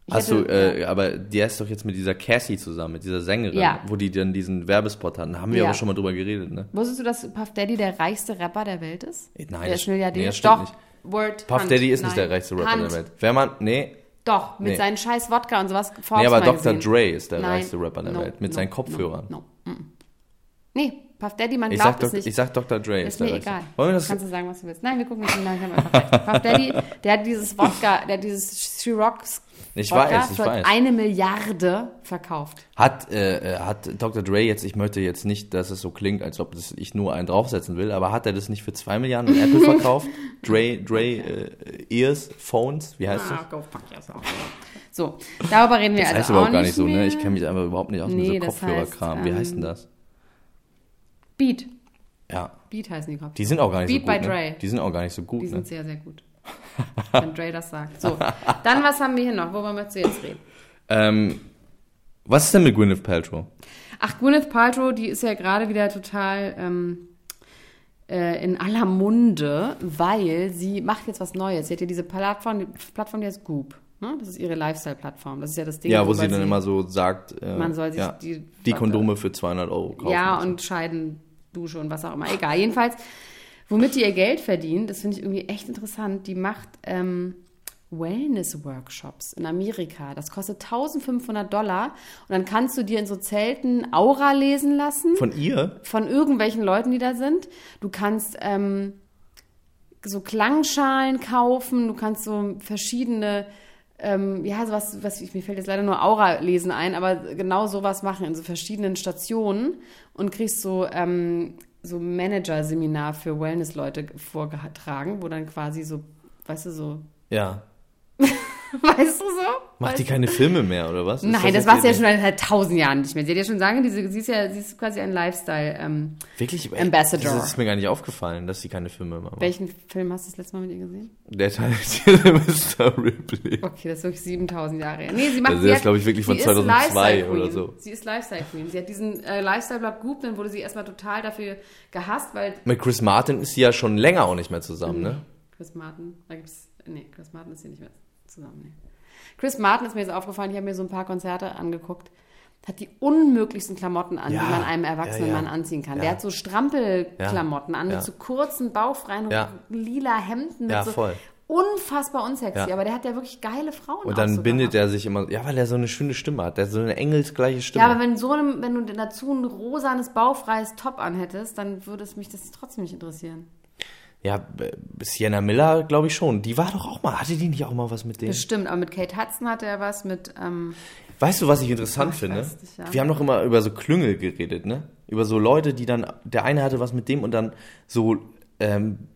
Speaker 3: Ich
Speaker 2: Hast du,
Speaker 3: hätte-
Speaker 2: äh, aber der ist doch jetzt mit dieser Cassie zusammen, mit dieser Sängerin,
Speaker 3: Ja.
Speaker 2: wo die dann diesen Werbespot hatten. Da haben wir
Speaker 3: Ja.
Speaker 2: aber schon mal drüber geredet, ne?
Speaker 3: Wusstest du, dass Puff Daddy der reichste Rapper der Welt ist?
Speaker 2: Äh, Nein,
Speaker 3: der
Speaker 2: das-
Speaker 3: ist Milliardär.
Speaker 2: nee, das stimmt
Speaker 3: Doch,
Speaker 2: nicht.
Speaker 3: Word.
Speaker 2: Puff
Speaker 3: Hand.
Speaker 2: Daddy ist nicht
Speaker 3: Nein.
Speaker 2: der reichste Rapper
Speaker 3: Hand.
Speaker 2: der Welt. Wer man, nee,
Speaker 3: Doch, mit
Speaker 2: Nee.
Speaker 3: seinen scheiß Wodka und sowas. Forbes
Speaker 2: nee, aber Dr.
Speaker 3: Magazin.
Speaker 2: Dre ist der
Speaker 3: Nein.
Speaker 2: reichste Rapper der
Speaker 3: No,
Speaker 2: Welt, mit
Speaker 3: no,
Speaker 2: seinen Kopfhörern.
Speaker 3: No, no. Mm. Nee, Puff Daddy, man
Speaker 2: Ich, sag
Speaker 3: glaubt es
Speaker 2: Dok
Speaker 3: nicht.
Speaker 2: ich sag Dr. Dre
Speaker 3: ist
Speaker 2: ist der
Speaker 3: mir
Speaker 2: reichste.
Speaker 3: egal.
Speaker 2: Wollen wir das?
Speaker 3: Kannst du sagen, was du willst. Nein, wir gucken nicht hin. Nein, ich hab einfach recht. Puff Daddy, der hat dieses Wodka, der hat dieses Shirox
Speaker 2: Ich
Speaker 3: Wodka
Speaker 2: weiß, ich
Speaker 3: für
Speaker 2: weiß.
Speaker 3: eine Milliarde verkauft.
Speaker 2: Hat, äh, äh, hat Dr. Dre jetzt, ich möchte jetzt nicht, dass es so klingt, als ob das ich nur einen draufsetzen will, aber hat er das nicht für zwei Milliarden an Apple verkauft? Dre, Dre, äh, Ears, Phones, wie heißt das?
Speaker 3: Ah, go fuck yourself. So, darüber reden wir
Speaker 2: Das
Speaker 3: also
Speaker 2: heißt
Speaker 3: auch
Speaker 2: überhaupt gar nicht
Speaker 3: nicht
Speaker 2: so, ne?
Speaker 3: mehr.
Speaker 2: Ich kenne mich einfach überhaupt nicht aus
Speaker 3: Nee,
Speaker 2: mit so
Speaker 3: das
Speaker 2: Kopfhörerkram.
Speaker 3: heißt,
Speaker 2: Wie heißt
Speaker 3: ähm,
Speaker 2: denn das?
Speaker 3: Beat.
Speaker 2: Ja.
Speaker 3: Beat heißen die Kopfhörer.
Speaker 2: Die sind auch gar nicht
Speaker 3: Beat
Speaker 2: so gut.
Speaker 3: by
Speaker 2: ne?
Speaker 3: Dre.
Speaker 2: Die sind auch gar nicht so gut,
Speaker 3: Die
Speaker 2: ne?
Speaker 3: sind sehr, sehr gut. Wenn Dre das sagt. So, dann was haben wir hier noch? Worüber möchtest du jetzt reden?
Speaker 2: Ähm, was ist denn mit Gwyneth Paltrow?
Speaker 3: Ach, Gwyneth Paltrow, die ist ja gerade wieder total ähm, äh, in aller Munde, weil sie macht jetzt was Neues. Sie hat ja diese Plattform, die Plattform, die heißt Goop. Ne? Das ist ihre Lifestyle-Plattform. Das ist ja das Ding.
Speaker 2: Ja, wo
Speaker 3: worüber
Speaker 2: sie dann immer so sagt, äh,
Speaker 3: Man soll sich
Speaker 2: ja,
Speaker 3: die-
Speaker 2: Kondome für 200 Euro kaufen.
Speaker 3: Ja,
Speaker 2: müssen.
Speaker 3: und Scheiden, Dusche und was auch immer. Egal, jedenfalls, womit die ihr Geld verdienen, das finde ich irgendwie echt interessant. Die macht ähm, Wellness-Workshops in Amerika. Das kostet 1500 Dollar. Und dann kannst du dir in so Zelten Aura lesen lassen
Speaker 2: Von ihr?
Speaker 3: von irgendwelchen Leuten, die da sind. Du kannst ähm, so Klangschalen kaufen, du kannst so verschiedene, ähm, ja, sowas, was, ich, mir fällt jetzt leider nur Aura lesen ein, aber genau sowas machen in so verschiedenen Stationen und kriegst so, ähm, so Manager-Seminar für Wellness-Leute vorgetragen, wo dann quasi so, weißt du, so,
Speaker 2: Ja.
Speaker 3: weißt du so?
Speaker 2: Macht
Speaker 3: weißt
Speaker 2: die keine Filme mehr, oder was? Ist
Speaker 3: Nein, das
Speaker 2: jetzt
Speaker 3: war sie
Speaker 2: ihr
Speaker 3: ja schon
Speaker 2: Ding?
Speaker 3: seit tausend Jahren nicht mehr. Sie hat ja schon sagen, diese, sie ist ja, sie ist quasi ein Lifestyle. Ähm,
Speaker 2: Wirklich?
Speaker 3: Ambassador.
Speaker 2: Das ist mir gar nicht aufgefallen, dass sie keine Filme mehr macht.
Speaker 3: welchen Film hast du das letzte Mal mit ihr gesehen?
Speaker 2: Der Teil ist Mr. Ripley.
Speaker 3: Okay, das ist wirklich 7000 Jahre. her. Nee, sie macht
Speaker 2: Das ist
Speaker 3: sie
Speaker 2: jetzt,
Speaker 3: hat-
Speaker 2: glaube ich, wirklich von
Speaker 3: sie ist
Speaker 2: 2002
Speaker 3: Lifestyle
Speaker 2: oder
Speaker 3: Queen.
Speaker 2: so.
Speaker 3: Sie ist Lifestyle Queen. Sie hat diesen äh, Lifestyle-Blog Group, dann wurde sie erstmal total dafür gehasst, weil Mhm.
Speaker 2: Mit Chris Martin ist sie ja schon länger auch nicht mehr zusammen, ne?
Speaker 3: Chris Martin, da gibt's Nee, Chris Martin ist hier nicht mehr zusammen. Nee. Chris Martin ist mir jetzt aufgefallen, ich habe mir so ein paar Konzerte angeguckt. Hat die unmöglichsten Klamotten an,
Speaker 2: Ja,
Speaker 3: die man einem erwachsenen
Speaker 2: ja, ja.
Speaker 3: Mann anziehen kann.
Speaker 2: Ja.
Speaker 3: Der hat so Strampelklamotten an, mit
Speaker 2: Ja.
Speaker 3: so kurzen Bauchfreien,
Speaker 2: Ja.
Speaker 3: lila Hemden. Mit
Speaker 2: Ja,
Speaker 3: so
Speaker 2: voll.
Speaker 3: Unfassbar unsexy,
Speaker 2: Ja.
Speaker 3: aber der hat ja wirklich geile Frauen. ne?
Speaker 2: Und dann bindet
Speaker 3: er.
Speaker 2: er sich immer, ja, weil er so eine schöne Stimme hat, der hat so eine engelsgleiche Stimme.
Speaker 3: Ja, aber wenn, so einem, wenn du dazu ein rosanes, bauchfreies Top anhättest, dann würde es mich das trotzdem nicht interessieren.
Speaker 2: Ja, äh, Sienna Miller, glaube ich schon. Die war doch auch mal, hatte die nicht auch mal was mit denen?
Speaker 3: Bestimmt, aber mit Kate Hudson hatte er was, mit... Ähm,
Speaker 2: Weißt du, was ich interessant
Speaker 3: Ach,
Speaker 2: finde?
Speaker 3: weiß nicht, ja.
Speaker 2: Wir haben doch immer über so Klüngel geredet, ne? Über so Leute, die dann, der eine hatte was mit dem und dann so, ähm,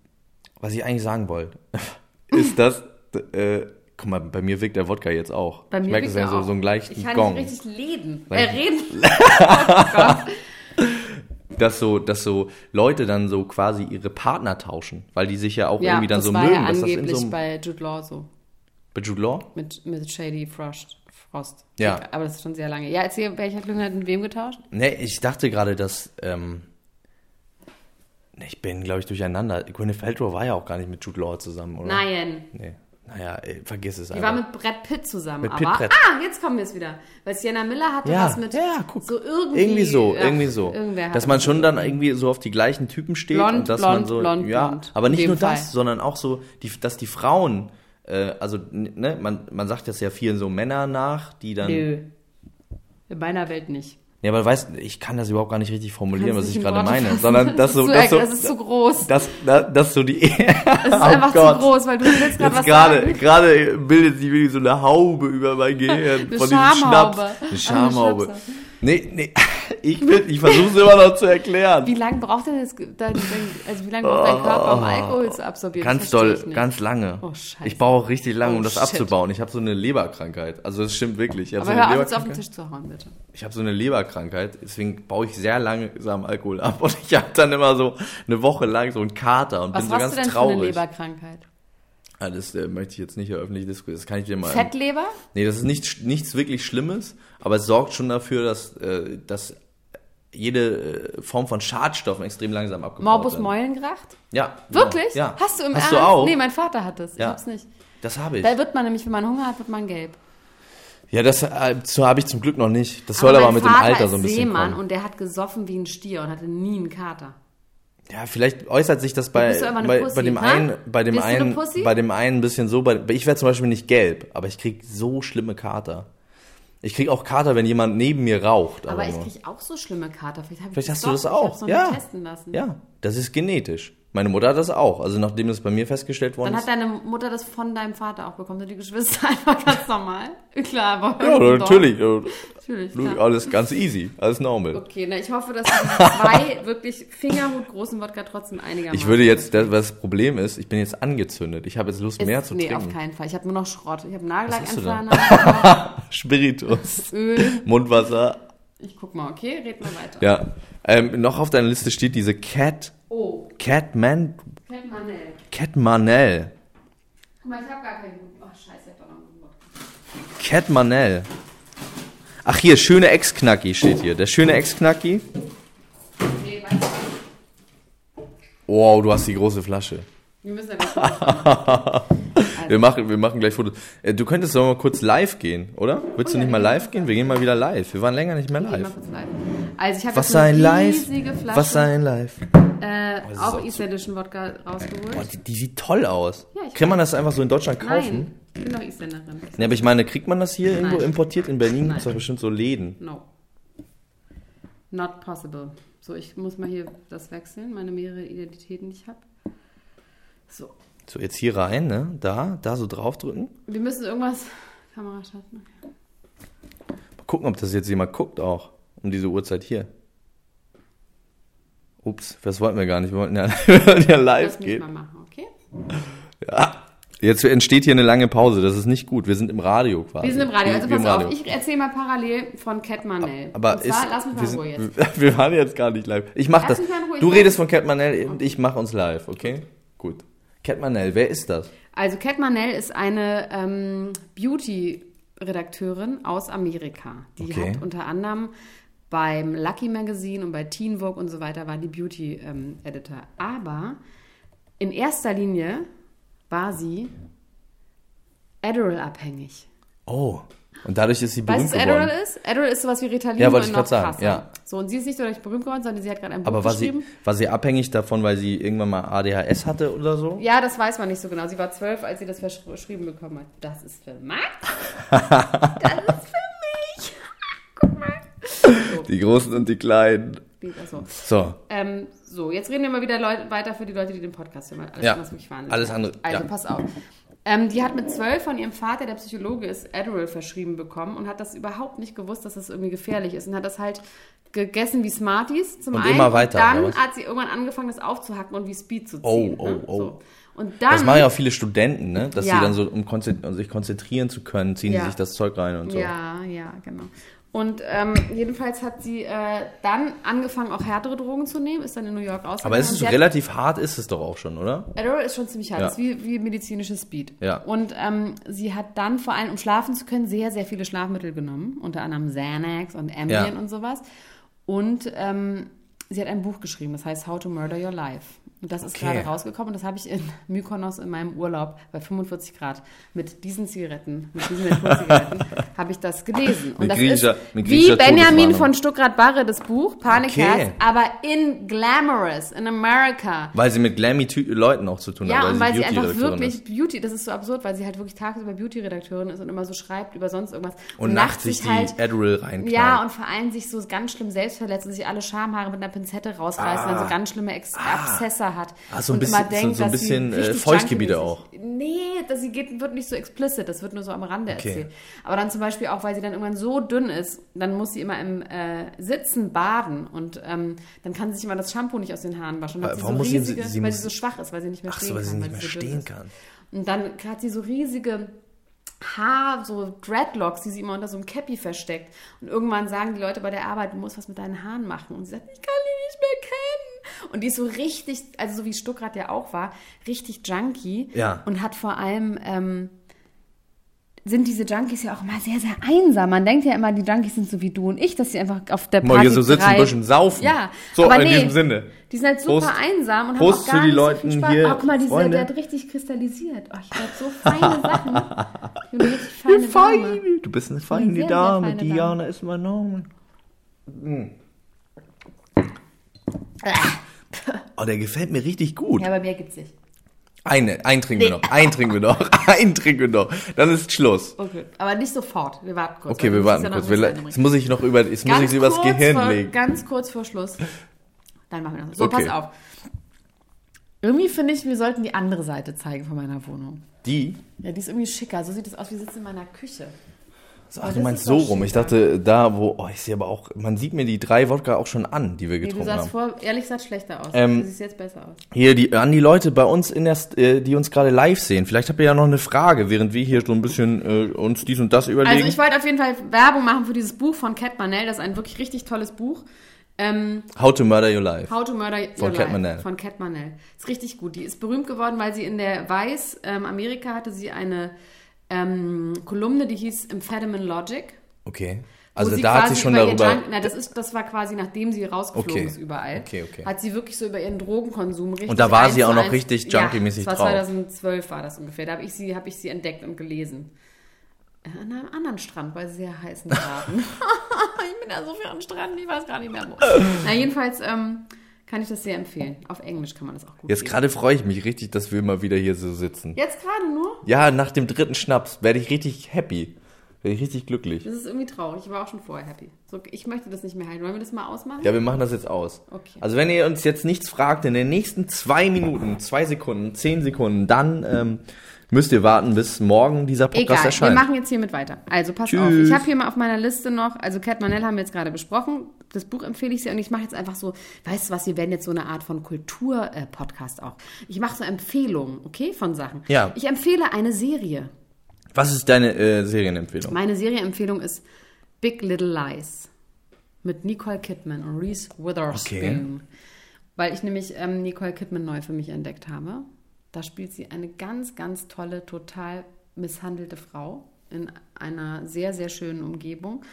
Speaker 2: was ich eigentlich sagen wollte, ist das, äh, guck mal, bei mir wirkt der Wodka jetzt auch.
Speaker 3: Bei mir
Speaker 2: ich merke
Speaker 3: liegt
Speaker 2: es ja
Speaker 3: er
Speaker 2: so,
Speaker 3: auch.
Speaker 2: so einen
Speaker 3: Ich
Speaker 2: leichten
Speaker 3: kann
Speaker 2: Gong.
Speaker 3: nicht richtig leben. Äh,
Speaker 2: Leicht-
Speaker 3: reden.
Speaker 2: Dass so, dass so Leute dann so quasi ihre Partner tauschen, weil die sich ja auch
Speaker 3: Ja,
Speaker 2: irgendwie dann
Speaker 3: das
Speaker 2: so
Speaker 3: war
Speaker 2: mögen.
Speaker 3: ja
Speaker 2: dass das in
Speaker 3: angeblich
Speaker 2: so einem, bei,
Speaker 3: bei Jude Law so.
Speaker 2: Jude Law?
Speaker 3: Mit, mit Shady Frost. Frost.
Speaker 2: Ja.
Speaker 3: Aber das ist schon sehr lange. Ja, erzähl, welcher Klüngel hat mit wem getauscht?
Speaker 2: Ne, ich dachte gerade, dass. Ähm, ne, ich bin, glaube ich, durcheinander. Gwyneth Paltrow war ja auch gar nicht mit Jude Law zusammen, oder?
Speaker 3: Nein.
Speaker 2: Nee. Naja, ey, vergiss es
Speaker 3: Die
Speaker 2: einfach.
Speaker 3: war mit Brett Pitt zusammen.
Speaker 2: Mit
Speaker 3: aber,
Speaker 2: Pitt Brett.
Speaker 3: Ah, jetzt kommen wir es wieder. Weil Sienna Miller hatte
Speaker 2: Ja,
Speaker 3: was mit.
Speaker 2: ja, guck.
Speaker 3: So irgendwie.
Speaker 2: irgendwie so,
Speaker 3: ja,
Speaker 2: irgendwie so.
Speaker 3: Irgendwer
Speaker 2: Dass
Speaker 3: hatte
Speaker 2: man
Speaker 3: was
Speaker 2: schon
Speaker 3: mit-
Speaker 2: dann irgendwie so auf die gleichen Typen steht
Speaker 3: Blond,
Speaker 2: und dass
Speaker 3: blond,
Speaker 2: man so
Speaker 3: blond,
Speaker 2: ja,
Speaker 3: blond.
Speaker 2: aber
Speaker 3: In
Speaker 2: nicht
Speaker 3: dem
Speaker 2: nur das,
Speaker 3: Fall.
Speaker 2: sondern auch so, die, dass die Frauen, äh, also ne, man, man sagt das ja vielen so Männer nach, die dann.
Speaker 3: Nö. In meiner Welt nicht.
Speaker 2: Ja, aber weißt, ich kann das überhaupt gar nicht richtig formulieren,
Speaker 3: Kannst
Speaker 2: was
Speaker 3: nicht
Speaker 2: ich
Speaker 3: in
Speaker 2: gerade
Speaker 3: Worte
Speaker 2: meine,
Speaker 3: fassen.
Speaker 2: sondern dass so,
Speaker 3: zu,
Speaker 2: dass so,
Speaker 3: das ist zu groß.
Speaker 2: dass, dass, dass so die Oh
Speaker 3: Das ist einfach
Speaker 2: Gott.
Speaker 3: zu groß, weil du willst gerade
Speaker 2: Jetzt
Speaker 3: was
Speaker 2: gerade,
Speaker 3: sagen.
Speaker 2: gerade bildet sich wirklich so eine Haube über mein Gehirn
Speaker 3: Eine
Speaker 2: von diesem
Speaker 3: Schamhaube.
Speaker 2: Schnaps. Eine
Speaker 3: Eine
Speaker 2: Schamhaube.
Speaker 3: Schnapshaube.
Speaker 2: Nee, nee, ich, will- ich versuche es immer noch zu erklären.
Speaker 3: Wie lange braucht denn das, dein, dein, also wie lange braucht dein Körper, um Alkohol zu absorbieren?
Speaker 2: Oh. Ganz
Speaker 3: Das verstehe
Speaker 2: doll,
Speaker 3: ich nicht.
Speaker 2: ganz lange.
Speaker 3: Oh, scheiße.
Speaker 2: ich brauche richtig lange, um
Speaker 3: Oh,
Speaker 2: das
Speaker 3: shit.
Speaker 2: abzubauen. Ich habe so eine Leberkrankheit. Also das stimmt wirklich. Ich habe so,
Speaker 3: Aber
Speaker 2: eine
Speaker 3: hör auf, jetzt auf den
Speaker 2: Leberkrankheit.
Speaker 3: Tisch zu hauen, bitte.
Speaker 2: Ich hab so eine Leberkrankheit, deswegen baue ich sehr langsam Alkohol ab. Und ich habe dann immer so eine Woche lang so einen Kater und bin
Speaker 3: Was
Speaker 2: so
Speaker 3: hast
Speaker 2: ganz
Speaker 3: du denn für eine
Speaker 2: traurig.
Speaker 3: Leberkrankheit?
Speaker 2: Ah, das äh, möchte ich jetzt nicht hier öffentlich diskutieren. Das kann ich dir mal
Speaker 3: Fettleber?
Speaker 2: Nee, das ist nicht, nichts wirklich Schlimmes, aber es sorgt schon dafür, dass, äh, dass jede äh, Form von Schadstoffen extrem langsam abgebaut
Speaker 3: Morbus
Speaker 2: werden.
Speaker 3: Meulengracht?
Speaker 2: Ja. genau.
Speaker 3: Wirklich?
Speaker 2: Ja.
Speaker 3: Hast du im
Speaker 2: Hast
Speaker 3: Ernst?
Speaker 2: du auch?
Speaker 3: Nee, mein Vater hat das.
Speaker 2: Ja.
Speaker 3: Ich hab's nicht.
Speaker 2: das habe ich.
Speaker 3: Da wird man nämlich, wenn man Hunger hat, wird man gelb.
Speaker 2: Ja, das äh, so habe ich zum Glück noch nicht. Das soll aber,
Speaker 3: mein
Speaker 2: mit
Speaker 3: Vater
Speaker 2: dem Alter
Speaker 3: ist
Speaker 2: so ein bisschen
Speaker 3: Seemann
Speaker 2: kommen.
Speaker 3: und der hat gesoffen wie ein Stier und hatte nie einen Kater.
Speaker 2: Ja, vielleicht äußert sich das bei
Speaker 3: bist du einfach eine
Speaker 2: bei,
Speaker 3: Pussy,
Speaker 2: bei dem
Speaker 3: ha?
Speaker 2: einen bei dem
Speaker 3: Bist du eine
Speaker 2: einen
Speaker 3: Pussy?
Speaker 2: bei dem einen ein bisschen so, bei ich werde zum Beispiel nicht gelb, aber ich krieg so schlimme Kater. Ich krieg auch Kater, wenn jemand neben mir raucht.
Speaker 3: Aber ich
Speaker 2: nur.
Speaker 3: krieg auch so schlimme Kater. Vielleicht, hab ich
Speaker 2: Vielleicht
Speaker 3: das
Speaker 2: hast du
Speaker 3: doch.
Speaker 2: das auch.
Speaker 3: Ich hab's noch
Speaker 2: ja.
Speaker 3: nie testen lassen.
Speaker 2: Ja, das ist genetisch. Meine Mutter hat das auch. Also nachdem das bei mir festgestellt worden
Speaker 3: Dann hat
Speaker 2: ist.
Speaker 3: deine Mutter das von deinem Vater auch bekommen. Sind die Geschwister einfach ganz normal? Klar, aber
Speaker 2: Ja, natürlich.
Speaker 3: Natürlich,
Speaker 2: Ja,
Speaker 3: klar.
Speaker 2: Alles ganz easy. Alles normal.
Speaker 3: Okay, na, ich hoffe, dass du die zwei wirklich fingerhutgroßen Wodka trotzdem einigermaßen...
Speaker 2: Ich würde jetzt, das, was das Problem ist, ich bin jetzt angezündet. Ich habe jetzt Lust,
Speaker 3: Ist-
Speaker 2: mehr zu
Speaker 3: Nee, auf
Speaker 2: trinken.
Speaker 3: keinen Fall. Ich habe nur noch Schrott. Ich habe Nagellack
Speaker 2: Was hast du
Speaker 3: an
Speaker 2: da?
Speaker 3: Nase,
Speaker 2: Spiritus,
Speaker 3: Öl.
Speaker 2: Mundwasser.
Speaker 3: Ich guck mal, okay? Red mal weiter.
Speaker 2: Ja. Ähm, noch auf deiner Liste steht diese Cat,
Speaker 3: Oh,
Speaker 2: Catman,
Speaker 3: Cat Manel.
Speaker 2: Cat Manel.
Speaker 3: Guck mal, ich habe gar keinen guten... Oh, scheiße, ich hab doch noch einen guten Wodka.
Speaker 2: Cat Manel. Ach hier, schöne Ex-Knacki steht hier. Der schöne Ex-Knacki.
Speaker 3: Nee, weißt du,
Speaker 2: Wow, du hast die große Flasche.
Speaker 3: wir müssen ja was machen. Also.
Speaker 2: Wir machen, wir machen gleich Fotos. Äh, Du könntest doch mal kurz live gehen, oder? Willst du
Speaker 3: Oh ja,
Speaker 2: nicht mal
Speaker 3: wir gehen
Speaker 2: live gehen? Wir gehen mal wieder live. Wir waren länger nicht mehr
Speaker 3: Geh mal
Speaker 2: live.
Speaker 3: kurz live. Also ich habe
Speaker 2: Was
Speaker 3: jetzt
Speaker 2: sein
Speaker 3: eine
Speaker 2: live?
Speaker 3: riesige Flasche,
Speaker 2: Was sein live?
Speaker 3: äh,
Speaker 2: ist auch
Speaker 3: auch
Speaker 2: zu-
Speaker 3: isländischen Wodka rausgeholt.
Speaker 2: Boah, die, die sieht toll aus.
Speaker 3: Ja, ich
Speaker 2: Kann man das einfach so in Deutschland kaufen?
Speaker 3: Nein, ich bin doch Isländerin.
Speaker 2: Nee, aber ich meine, kriegt man das hier irgendwo
Speaker 3: Nein.
Speaker 2: importiert? In Berlin gibt es
Speaker 3: Nein.
Speaker 2: doch bestimmt so Läden.
Speaker 3: No. Not possible. So, ich muss mal hier das wechseln, meine mehrere Identitäten, die ich habe. So,
Speaker 2: So, jetzt hier rein, ne? Da, da so draufdrücken.
Speaker 3: wir müssen irgendwas. Kamera schaffen.
Speaker 2: Mal gucken, ob das jetzt jemand guckt auch. Um diese Uhrzeit hier. Ups, das wollten wir gar nicht. Wir wollten ja, wir wollten ja live
Speaker 3: Lass mich
Speaker 2: gehen.
Speaker 3: mal machen, okay?
Speaker 2: Jetzt entsteht hier eine lange Pause. Das ist nicht gut. Wir sind im Radio quasi.
Speaker 3: Wir sind im Radio, also
Speaker 2: Wir- wir
Speaker 3: pass auf, ich erzähle mal parallel von Cat Manel.
Speaker 2: Aber
Speaker 3: Und zwar,
Speaker 2: ist,
Speaker 3: lass mich mal
Speaker 2: wir,
Speaker 3: in Ruhe jetzt.
Speaker 2: sind- wir waren jetzt gar nicht live. Ich mach das.
Speaker 3: Lass mich mal in Ruhe,
Speaker 2: Du
Speaker 3: ich
Speaker 2: redest von Cat Manel und ich mache uns live, okay? Gut. Cat Manel, wer ist das?
Speaker 3: Also Cat Manel ist eine ähm, Beauty-Redakteurin aus Amerika. Die
Speaker 2: Okay.
Speaker 3: hat unter anderem beim Lucky Magazine und bei Teen Vogue und so weiter war die ähm, Beauty-Editor. Aber in erster Linie war sie Adderall abhängig.
Speaker 2: Oh. Und dadurch ist sie berühmt
Speaker 3: Weißt du, was
Speaker 2: geworden.
Speaker 3: Adderall ist? Adderall ist sowas wie Ritalin,
Speaker 2: Ja,
Speaker 3: nur
Speaker 2: wollte ich
Speaker 3: noch
Speaker 2: grad sagen,
Speaker 3: krasser.
Speaker 2: ja.
Speaker 3: So, und sie ist nicht dadurch berühmt geworden, sondern sie hat gerade ein Buch
Speaker 2: Aber war sie,
Speaker 3: geschrieben.
Speaker 2: war sie abhängig davon, weil sie irgendwann mal ADHS hatte oder so?
Speaker 3: Ja, das weiß man nicht so genau. Sie war zwölf, als sie das versch- verschrieben bekommen hat. Das ist für Max.
Speaker 2: Die Großen und die Kleinen.
Speaker 3: Achso.
Speaker 2: So,
Speaker 3: Ähm, so, jetzt reden wir mal wieder Leu- weiter für die Leute, die den Podcast hören. weil Alles
Speaker 2: Ja.
Speaker 3: andere ist wirklich Wahnsinn.
Speaker 2: Alles andere,
Speaker 3: Also,
Speaker 2: ja.
Speaker 3: pass auf. Ähm, die hat mit zwölf von ihrem Vater, der Psychologe ist, Adderall verschrieben bekommen und hat das überhaupt nicht gewusst, dass das irgendwie gefährlich ist und hat das halt gegessen wie Smarties zum
Speaker 2: Und
Speaker 3: einen.
Speaker 2: immer weiter,
Speaker 3: Und
Speaker 2: oder
Speaker 3: dann
Speaker 2: was?
Speaker 3: hat sie irgendwann angefangen, das aufzuhacken und wie Speed zu
Speaker 2: Oh,
Speaker 3: ziehen. ne?
Speaker 2: oh, oh.
Speaker 3: So. Und dann,
Speaker 2: das machen ja auch viele Studenten, ne? Dass
Speaker 3: Ja.
Speaker 2: sie dann so, um konzent um sich konzentrieren zu können, ziehen
Speaker 3: Ja.
Speaker 2: die sich das Zeug rein und so.
Speaker 3: Ja, ja, genau. Und ähm, jedenfalls hat sie äh, dann angefangen, auch härtere Drogen zu nehmen, ist dann in New York ausgegangen.
Speaker 2: Aber es
Speaker 3: und
Speaker 2: ist
Speaker 3: sie
Speaker 2: so
Speaker 3: hat-
Speaker 2: relativ hart, ist es doch auch schon, oder?
Speaker 3: Adderall ist schon ziemlich hart,
Speaker 2: Ja.
Speaker 3: das ist wie, wie medizinisches Speed.
Speaker 2: Ja.
Speaker 3: Und ähm, sie hat dann vor allem, um schlafen zu können, sehr, sehr viele Schlafmittel genommen, unter anderem Xanax und Ambien
Speaker 2: Ja.
Speaker 3: und sowas. Und ähm, sie hat ein Buch geschrieben, das heißt How to Murder Your Life. Und das ist
Speaker 2: Okay.
Speaker 3: gerade rausgekommen und das habe ich in Mykonos in meinem Urlaub bei 45 Grad mit diesen Zigaretten, mit diesen Zigaretten, habe ich das gelesen. Und
Speaker 2: Mit
Speaker 3: das
Speaker 2: griechischer-
Speaker 3: ist
Speaker 2: mit
Speaker 3: wie
Speaker 2: griechischer
Speaker 3: Benjamin
Speaker 2: Todeswarnung.
Speaker 3: von Stuckrad-Barre, das Buch, Panikherz,
Speaker 2: Okay.
Speaker 3: aber in Glamorous, in America.
Speaker 2: Weil sie mit glammy Ty- Leuten auch zu tun
Speaker 3: Ja,
Speaker 2: hat,
Speaker 3: und weil sie einfach
Speaker 2: Beauty-Redakteurin
Speaker 3: wirklich
Speaker 2: ist.
Speaker 3: Beauty, das ist so absurd, weil sie halt wirklich tagsüber Beauty-Redakteurin ist und immer so schreibt über sonst irgendwas.
Speaker 2: Und nachts sich die
Speaker 3: halt,
Speaker 2: Adderall reinknallt.
Speaker 3: ja, und vor allem sich so ganz schlimm selbst verletzt und sich alle Schamhaare mit einer Pinzette rausreißt und dann so ganz schlimme Ex Abszesse hat.
Speaker 2: Ah, so ein
Speaker 3: und
Speaker 2: bisschen-
Speaker 3: immer denkt,
Speaker 2: so- so ein
Speaker 3: dass sie
Speaker 2: bisschen, äh,
Speaker 3: richtig
Speaker 2: Feuchtgebiete
Speaker 3: junkie-mäßig-
Speaker 2: auch.
Speaker 3: Nee, das, sie geht, wird nicht so explicit, das wird nur so am Rande
Speaker 2: Okay.
Speaker 3: erzählt. Aber dann zum Beispiel auch, weil sie dann irgendwann so dünn ist, dann muss sie immer im äh, Sitzen baden und ähm, dann kann sie sich immer das Shampoo nicht aus den Haaren waschen. Dann hat
Speaker 2: Warum muss
Speaker 3: sie
Speaker 2: sie-
Speaker 3: so riesige,
Speaker 2: sie- sie
Speaker 3: weil
Speaker 2: muss-
Speaker 3: sie so schwach ist, weil sie nicht mehr
Speaker 2: Ach
Speaker 3: stehen
Speaker 2: so, weil sie
Speaker 3: kann.
Speaker 2: nicht mehr
Speaker 3: so dünn
Speaker 2: stehen
Speaker 3: ist.
Speaker 2: kann.
Speaker 3: Und dann hat sie so riesige Haar, so Dreadlocks, die sie immer unter so einem Cappy versteckt. Und irgendwann sagen die Leute bei der Arbeit, du musst was mit deinen Haaren machen. Und sie sagt, ich kann die nicht mehr kennen. Und die ist so richtig, also so wie Stuckrad ja auch war, richtig junkie.
Speaker 2: Ja.
Speaker 3: Und hat vor allem, ähm, sind diese Junkies ja auch immer sehr, sehr einsam. Man denkt ja immer, die Junkies sind so wie du und ich, dass sie einfach auf der
Speaker 2: Mal
Speaker 3: Party
Speaker 2: hier so sitzen, ein
Speaker 3: drei-
Speaker 2: bisschen saufen.
Speaker 3: Ja,
Speaker 2: So,
Speaker 3: aber
Speaker 2: in
Speaker 3: nee.
Speaker 2: diesem Sinne.
Speaker 3: die sind halt super
Speaker 2: Prost.
Speaker 3: einsam und
Speaker 2: Prost
Speaker 3: haben auch
Speaker 2: zu
Speaker 3: gar
Speaker 2: die
Speaker 3: nicht so
Speaker 2: Leuten
Speaker 3: viel Spaß.
Speaker 2: hier,
Speaker 3: oh, guck mal, diese,
Speaker 2: Freunde.
Speaker 3: der hat richtig kristallisiert. Oh, ich glaube, so feine Sachen. Ich bin richtig feine Dame.
Speaker 2: Du bist eine
Speaker 3: Eine
Speaker 2: feine
Speaker 3: sehr, sehr
Speaker 2: Dame.
Speaker 3: feine Dame.
Speaker 2: Diana ist mein Name. Mm.
Speaker 3: Äh.
Speaker 2: Oh, der gefällt mir richtig gut.
Speaker 3: Ja, bei mir gibt's nicht.
Speaker 2: Eine, einen trinken wir
Speaker 3: Nee.
Speaker 2: noch, einen trinken wir noch, einen trinken wir noch. Dann ist Schluss.
Speaker 3: Okay, aber nicht sofort. Wir warten kurz.
Speaker 2: Okay,
Speaker 3: Also,
Speaker 2: wir
Speaker 3: das ist
Speaker 2: warten
Speaker 3: ja noch
Speaker 2: kurz.
Speaker 3: ein
Speaker 2: Wir,
Speaker 3: bisschen
Speaker 2: le- jetzt muss ich noch über, jetzt muss ich
Speaker 3: Ganz
Speaker 2: sie übers
Speaker 3: kurz
Speaker 2: Gehirn
Speaker 3: vor,
Speaker 2: legen.
Speaker 3: Ganz kurz vor Schluss. Dann machen wir das. So,
Speaker 2: Okay.
Speaker 3: pass auf. Irgendwie finde ich, wir sollten die andere Seite zeigen von meiner Wohnung.
Speaker 2: Die?
Speaker 3: Ja, die ist irgendwie schicker. So sieht es aus. Wir sitzen in meiner Küche.
Speaker 2: So,
Speaker 3: Aber
Speaker 2: ach, du
Speaker 3: das
Speaker 2: meinst
Speaker 3: ist
Speaker 2: so
Speaker 3: doch
Speaker 2: rum. Ich
Speaker 3: schicker.
Speaker 2: dachte, da wo, oh, ich sehe aber auch, man sieht mir die drei Wodka auch schon an, die wir
Speaker 3: Nee, du
Speaker 2: getrunken
Speaker 3: sahst
Speaker 2: haben.
Speaker 3: vor, ehrlich gesagt, schlechter aus.
Speaker 2: Ähm,
Speaker 3: du siehst jetzt besser aus.
Speaker 2: Hier, die, an die Leute bei uns, in der, St- äh, die uns gerade live sehen. Vielleicht habt ihr ja noch eine Frage, während wir hier so ein bisschen äh, uns dies und das überlegen.
Speaker 3: Also ich wollte auf jeden Fall Werbung machen für dieses Buch von Cat Manel. Das ist ein wirklich richtig tolles Buch. Ähm,
Speaker 2: How to murder your life.
Speaker 3: How to Murder Your
Speaker 2: Von Cat
Speaker 3: Life
Speaker 2: Manel.
Speaker 3: von Cat Manel. Ist richtig gut. Die ist berühmt geworden, weil sie in der Weiß ähm, Amerika hatte sie eine ähm, Kolumne, die hieß Amphetamine Logic.
Speaker 2: Okay.
Speaker 3: wo
Speaker 2: Also
Speaker 3: sie
Speaker 2: da hat
Speaker 3: quasi
Speaker 2: sie schon
Speaker 3: über ihr
Speaker 2: darüber.
Speaker 3: Junk- na, das, ist, das war quasi, nachdem sie rausgeflogen
Speaker 2: Okay.
Speaker 3: ist überall.
Speaker 2: Okay, okay.
Speaker 3: Hat sie wirklich so über ihren Drogenkonsum richtig.
Speaker 2: Und da war
Speaker 3: eins
Speaker 2: sie
Speaker 3: zu
Speaker 2: auch noch
Speaker 3: eins-
Speaker 2: richtig junkie-mäßig
Speaker 3: ja, das
Speaker 2: drauf.
Speaker 3: war 2012 war das ungefähr. Da habe ich, sie- hab ich sie entdeckt und gelesen. Äh, An einem anderen Strand, bei sehr heißen Tagen. ich bin da so viel am Strand, ich weiß gar nicht mehr wo. Na, jedenfalls ähm, kann ich das sehr empfehlen. Auf Englisch kann man das auch gut
Speaker 2: Jetzt
Speaker 3: lesen.
Speaker 2: gerade freue ich mich richtig, dass wir mal wieder hier so sitzen.
Speaker 3: Jetzt gerade nur?
Speaker 2: Ja, nach dem dritten Schnaps werde ich richtig happy. Werde ich richtig glücklich.
Speaker 3: Das ist irgendwie traurig. Ich war auch schon vorher happy. So, ich möchte das nicht mehr halten. Wollen wir das mal ausmachen?
Speaker 2: Ja, wir machen das jetzt aus.
Speaker 3: Okay.
Speaker 2: Also wenn ihr uns jetzt nichts fragt, in den nächsten zwei Minuten, zwei Sekunden, zehn Sekunden, dann ähm, müsst ihr warten, bis morgen dieser Podcast
Speaker 3: Egal, wir
Speaker 2: erscheint.
Speaker 3: machen jetzt hiermit weiter. Also pass auf,
Speaker 2: Tschüss.
Speaker 3: ich habe hier mal auf meiner Liste noch, also Cat Manel haben wir jetzt gerade besprochen, das Buch empfehle ich sehr und ich mache jetzt einfach so, weißt du was, wir werden jetzt so eine Art von Kultur-Podcast auch. Ich mache so Empfehlungen, okay, von Sachen.
Speaker 2: Ja.
Speaker 3: Ich empfehle eine Serie.
Speaker 2: Was ist deine äh, Serienempfehlung?
Speaker 3: Meine Serieempfehlung ist Big Little Lies mit Nicole Kidman und Reese Witherspoon. Weil ich nämlich ähm, Nicole Kidman neu für mich entdeckt habe. Da spielt sie eine ganz, ganz tolle, total misshandelte Frau in einer sehr, sehr schönen Umgebung.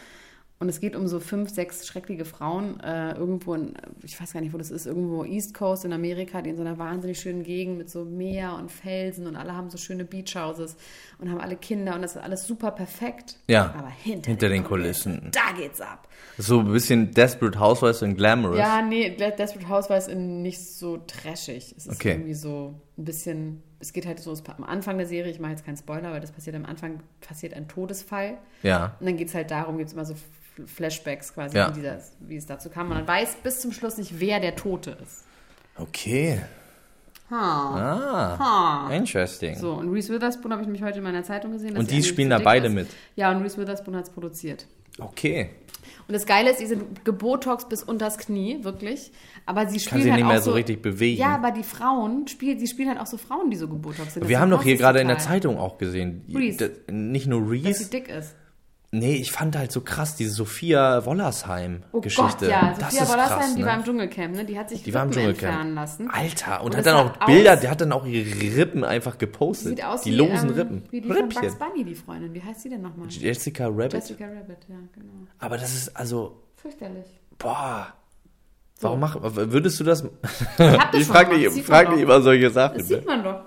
Speaker 3: Und es geht um so fünf, sechs schreckliche Frauen äh, irgendwo in, ich weiß gar nicht, wo das ist, irgendwo East Coast in Amerika, die in so einer wahnsinnig schönen Gegend mit so Meer und Felsen und alle haben so schöne Beachhouses und haben alle Kinder und das ist alles super perfekt.
Speaker 2: Ja.
Speaker 3: Aber hinter,
Speaker 2: Hinter den Kulissen.
Speaker 3: Da geht's ab.
Speaker 2: So ein bisschen Desperate Housewives und Glamorous.
Speaker 3: Ja, nee, Desperate Housewives in nicht so trashig. Es ist
Speaker 2: Okay.
Speaker 3: irgendwie so ein bisschen, es geht halt so, es, am Anfang der Serie, ich mache jetzt keinen Spoiler, weil das passiert am Anfang, passiert ein Todesfall.
Speaker 2: Ja.
Speaker 3: Und dann geht es halt darum, gibt es immer so F- Flashbacks quasi,
Speaker 2: Ja.
Speaker 3: wie, dieser, wie es dazu kam. Und man weiß bis zum Schluss nicht, wer der Tote ist.
Speaker 2: Okay. Ah. Interesting.
Speaker 3: So, und Reese Witherspoon habe ich nämlich heute in meiner Zeitung gesehen. dass
Speaker 2: Und
Speaker 3: sie
Speaker 2: die
Speaker 3: eigentlich
Speaker 2: spielen
Speaker 3: zu
Speaker 2: da
Speaker 3: dick
Speaker 2: beide
Speaker 3: ist.
Speaker 2: mit?
Speaker 3: Ja, und Reese Witherspoon hat es produziert.
Speaker 2: Okay.
Speaker 3: Und das Geile ist, die sind gebotox bis unters Knie, wirklich. Aber sie
Speaker 2: Kann
Speaker 3: spielen
Speaker 2: sie
Speaker 3: halt
Speaker 2: nicht
Speaker 3: auch
Speaker 2: mehr so
Speaker 3: so
Speaker 2: richtig bewegen.
Speaker 3: Ja, aber die Frauen spielen, sie spielen halt auch so Frauen, die so gebotox sind.
Speaker 2: Wir
Speaker 3: Das
Speaker 2: haben doch
Speaker 3: passt
Speaker 2: hier gerade in der
Speaker 3: total,
Speaker 2: Zeitung auch gesehen.
Speaker 3: Reese.
Speaker 2: Das- Nicht nur
Speaker 3: Dass sie
Speaker 2: Reese.
Speaker 3: dick ist.
Speaker 2: Nee, ich fand halt so krass diese Sophia
Speaker 3: Oh
Speaker 2: Wollersheim-Geschichte.
Speaker 3: Gott, ja.
Speaker 2: das
Speaker 3: Sophia
Speaker 2: ist
Speaker 3: Wollersheim,
Speaker 2: krass,
Speaker 3: die
Speaker 2: ne?
Speaker 3: war im Dschungelcamp, ne? Die hat sich
Speaker 2: Die war im
Speaker 3: Rippen
Speaker 2: Dschungelcamp.
Speaker 3: entfernen lassen.
Speaker 2: Alter, und,
Speaker 3: Und
Speaker 2: hat
Speaker 3: das
Speaker 2: dann
Speaker 3: sah
Speaker 2: auch Bilder,
Speaker 3: aus-
Speaker 2: die hat dann auch ihre Rippen einfach gepostet.
Speaker 3: Sieht aus
Speaker 2: die
Speaker 3: wie,
Speaker 2: losen
Speaker 3: ähm,
Speaker 2: Rippen.
Speaker 3: wie die von Bugs
Speaker 2: Rippchen.
Speaker 3: Bunny, die Freundin. Wie heißt sie denn nochmal?
Speaker 2: Jessica Rabbit.
Speaker 3: Jessica Rabbit, ja, genau.
Speaker 2: Aber das ist also,
Speaker 3: Fürchterlich.
Speaker 2: boah. Warum mach, würdest du das?
Speaker 3: Ich, hab das
Speaker 2: Ich
Speaker 3: schon
Speaker 2: frage
Speaker 3: gemacht,
Speaker 2: dich,
Speaker 3: das sieht
Speaker 2: frag
Speaker 3: man
Speaker 2: dich
Speaker 3: doch.
Speaker 2: immer solche Sachen.
Speaker 3: Das
Speaker 2: ne?
Speaker 3: sieht man doch.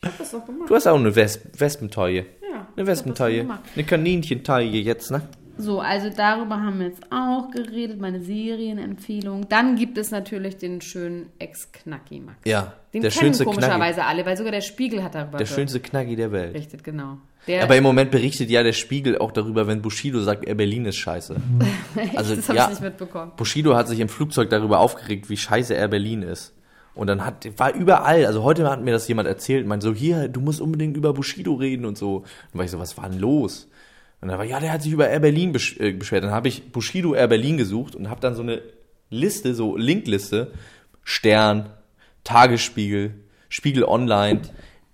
Speaker 3: Ich hab das doch gemacht.
Speaker 2: Du hast auch eine Wes Wespenteue.
Speaker 3: Ja,
Speaker 2: Eine
Speaker 3: ich
Speaker 2: Wespenteue.
Speaker 3: hab das schon
Speaker 2: Eine Kaninchenteue jetzt, ne?
Speaker 3: So, also darüber haben wir jetzt auch geredet, meine Serienempfehlung. Dann gibt es natürlich den schönen Ex-Knacki-Max.
Speaker 2: Ja.
Speaker 3: Den
Speaker 2: der
Speaker 3: kennen
Speaker 2: schönste Knacki.
Speaker 3: komischerweise alle, weil sogar der Spiegel hat darüber
Speaker 2: Der schönste Knacki der Welt.
Speaker 3: berichtet, genau. Der,
Speaker 2: Aber im Moment berichtet ja der Spiegel auch darüber, wenn Bushido sagt, er Berlin ist scheiße. also,
Speaker 3: das habe
Speaker 2: ja.
Speaker 3: ich nicht mitbekommen.
Speaker 2: Bushido hat sich im Flugzeug darüber aufgeregt, wie scheiße Air Berlin ist. Und dann hat, war überall, also heute hat mir das jemand erzählt, meint so, hier, du musst unbedingt über Bushido reden und so. Dann war ich so, was war denn los? Und dann war, ja, der hat sich über Air Berlin besch äh, beschwert. Dann habe ich Bushido Air Berlin gesucht und habe dann so eine Liste, so Linkliste, Stern, Tagesspiegel, Spiegel Online,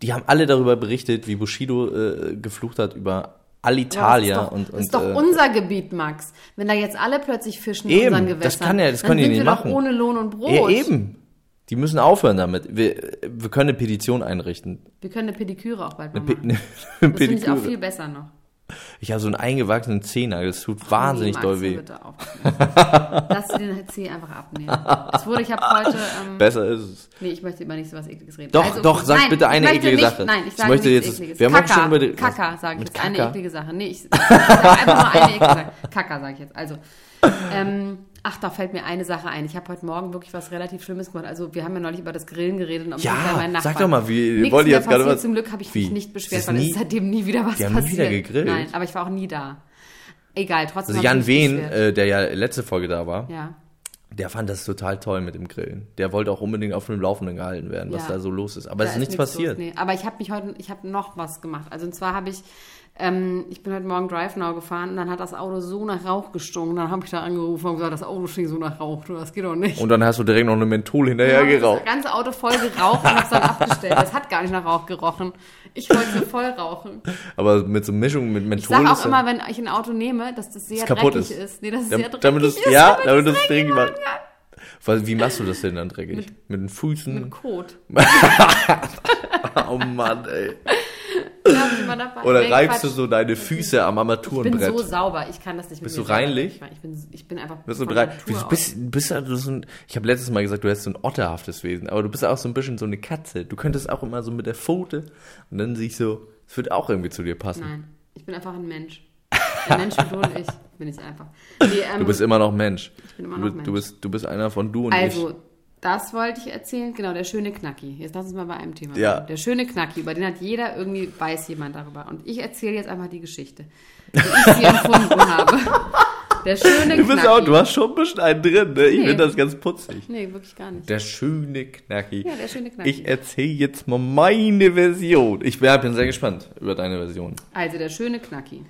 Speaker 2: die haben alle darüber berichtet, wie Bushido äh, geflucht hat über Alitalia
Speaker 3: Ja, aber
Speaker 2: und,
Speaker 3: Das
Speaker 2: und
Speaker 3: ist doch, das
Speaker 2: äh,
Speaker 3: ist doch unser Gebiet, Max. Wenn da jetzt alle plötzlich fischen in
Speaker 2: Eben,
Speaker 3: unseren
Speaker 2: das
Speaker 3: Gewässern,
Speaker 2: kann ja- das
Speaker 3: dann
Speaker 2: können die
Speaker 3: sind wir
Speaker 2: nicht machen.
Speaker 3: doch ohne Lohn und Brot.
Speaker 2: Ja, eben. Die müssen aufhören damit. Wir, wir können eine Petition einrichten.
Speaker 3: Wir können eine Pediküre auch bald mal
Speaker 2: Pe
Speaker 3: machen.
Speaker 2: eine
Speaker 3: Das finde ich auch
Speaker 2: Pediküre.
Speaker 3: viel besser noch.
Speaker 2: Ich habe so einen eingewachsenen Zehner. Das tut wahnsinnig
Speaker 3: Nee, Max,
Speaker 2: doll
Speaker 3: hör
Speaker 2: weh.
Speaker 3: Bitte auf. Lass dir den Zeh einfach abnehmen. Es wurde, ich habe heute... Ähm,
Speaker 2: Besser ist es.
Speaker 3: Nee, ich möchte über nichts so was Ekliges reden.
Speaker 2: Doch,
Speaker 3: Also,
Speaker 2: doch, sag
Speaker 3: nein,
Speaker 2: bitte
Speaker 3: ich
Speaker 2: eine
Speaker 3: möchte
Speaker 2: eklige
Speaker 3: nicht,
Speaker 2: Sache.
Speaker 3: Nein, ich
Speaker 2: Ich
Speaker 3: sage
Speaker 2: möchte
Speaker 3: nichts
Speaker 2: jetzt-
Speaker 3: Ekliges.
Speaker 2: wir haben auch
Speaker 3: Kaka,
Speaker 2: schon über die-
Speaker 3: Kaka, sage ich
Speaker 2: Mit
Speaker 3: jetzt. Eine
Speaker 2: Kaka?
Speaker 3: eklige Sache. Nee, ich sage einfach nur eine eklige Sache. Kaka, sage ich jetzt. Also, ähm, ach, da fällt mir eine Sache ein. Ich habe heute Morgen wirklich was relativ Schlimmes gemacht. Also, wir haben ja neulich über das Grillen geredet. Und ob
Speaker 2: Ja,
Speaker 3: ich bei meinen
Speaker 2: sag
Speaker 3: Nachbarn-
Speaker 2: doch mal, wie-
Speaker 3: Nichts
Speaker 2: wollt ihr
Speaker 3: mehr
Speaker 2: jetzt gerade
Speaker 3: passiert.
Speaker 2: was-
Speaker 3: Zum Glück habe ich
Speaker 2: Wie?
Speaker 3: mich nicht beschwert,
Speaker 2: Ist
Speaker 3: weil es
Speaker 2: nie- Also
Speaker 3: ist seitdem nie wieder was
Speaker 2: Die haben nie
Speaker 3: passiert.
Speaker 2: wieder gegrillt.
Speaker 3: Nein, aber ich war auch nie da. Egal,
Speaker 2: Also
Speaker 3: trotzdem. habe
Speaker 2: Jan
Speaker 3: ich mich
Speaker 2: Wehn,
Speaker 3: beschwert.
Speaker 2: äh, der ja letzte Folge da war,
Speaker 3: Ja.
Speaker 2: der fand das total toll mit dem Grillen. Der wollte auch unbedingt auf dem Laufenden gehalten werden, was
Speaker 3: Ja.
Speaker 2: da so los ist. Aber es
Speaker 3: Da
Speaker 2: ist Also nichts passiert.
Speaker 3: Los, nee. Aber ich habe mich heute, ich habe noch was gemacht. Also und zwar habe ich, ähm, ich bin heute Morgen Drive Now gefahren und dann hat das Auto so nach Rauch gestunken. Dann habe ich da angerufen und gesagt, das Auto stinkt so nach Rauch, du, das geht doch nicht.
Speaker 2: Und dann hast du direkt noch eine Menthol hinterher
Speaker 3: Ich hab
Speaker 2: geraucht.
Speaker 3: Das ganze Auto voll geraucht und hab's dann abgestellt. Das hat gar nicht nach Rauch gerochen. Ich wollte voll rauchen.
Speaker 2: Aber mit so Mischung mit
Speaker 3: Ich
Speaker 2: Menthol
Speaker 3: sag auch
Speaker 2: ist
Speaker 3: immer,
Speaker 2: dann,
Speaker 3: wenn ich ein Auto nehme, dass das sehr
Speaker 2: es kaputt
Speaker 3: dreckig ist.
Speaker 2: ist.
Speaker 3: Nee, dass es sehr
Speaker 2: damit,
Speaker 3: dreckig
Speaker 2: damit es,
Speaker 3: ist.
Speaker 2: ja,
Speaker 3: aber
Speaker 2: damit
Speaker 3: das
Speaker 2: es
Speaker 3: dreckig
Speaker 2: dreckig macht. Weil, Wie machst du das denn dann dreckig? Mit, den Füßen?
Speaker 3: Mit Kot.
Speaker 2: oh Mann, ey.
Speaker 3: Da hab ich immer dabei.
Speaker 2: Oder
Speaker 3: Nee,
Speaker 2: reibst du
Speaker 3: Quatsch.
Speaker 2: so deine Füße am
Speaker 3: Ich bin
Speaker 2: Armaturenbrett?
Speaker 3: so sauber, ich kann das nicht
Speaker 2: Bist
Speaker 3: mit
Speaker 2: du
Speaker 3: mir selber
Speaker 2: reinlich?
Speaker 3: machen. Ich bin, ich bin einfach.
Speaker 2: bist du
Speaker 3: von
Speaker 2: drei,
Speaker 3: Natur
Speaker 2: bist,
Speaker 3: aus.
Speaker 2: bist, bist du so ein, ich habe letztes Mal gesagt, du hast so ein otterhaftes Wesen, aber du bist auch so ein bisschen so eine Katze. Du könntest auch immer so mit der Pfote und dann sehe ich so, es wird auch irgendwie zu dir passen.
Speaker 3: Nein, ich bin einfach ein Mensch. Ein Mensch wie du und ich bin ich einfach. Nee, ähm,
Speaker 2: Du bist immer noch Mensch. Ich
Speaker 3: bin immer
Speaker 2: du,
Speaker 3: noch
Speaker 2: bist-
Speaker 3: Mensch.
Speaker 2: Du bist, du bist einer von du und
Speaker 3: also, das wollte ich erzählen. Genau, der schöne Knacki. Jetzt lass uns mal bei einem Thema
Speaker 2: Ja.
Speaker 3: bleiben. Der schöne Knacki, über den hat jeder irgendwie, weiß jemand darüber. Und ich erzähle jetzt einfach die Geschichte, wie ich sie empfunden habe. Der schöne
Speaker 2: ich. Du bist
Speaker 3: Knacki.
Speaker 2: auch, du hast schon ein bisschen einen drin, ne? Ich
Speaker 3: Nee.
Speaker 2: finde das ganz putzig.
Speaker 3: Nee, wirklich gar nicht.
Speaker 2: Der schöne Knacki.
Speaker 3: Ja, der schöne Knacki.
Speaker 2: Ich erzähle jetzt mal meine Version. Ich bin bin sehr gespannt über deine Version.
Speaker 3: Also der schöne Knacki.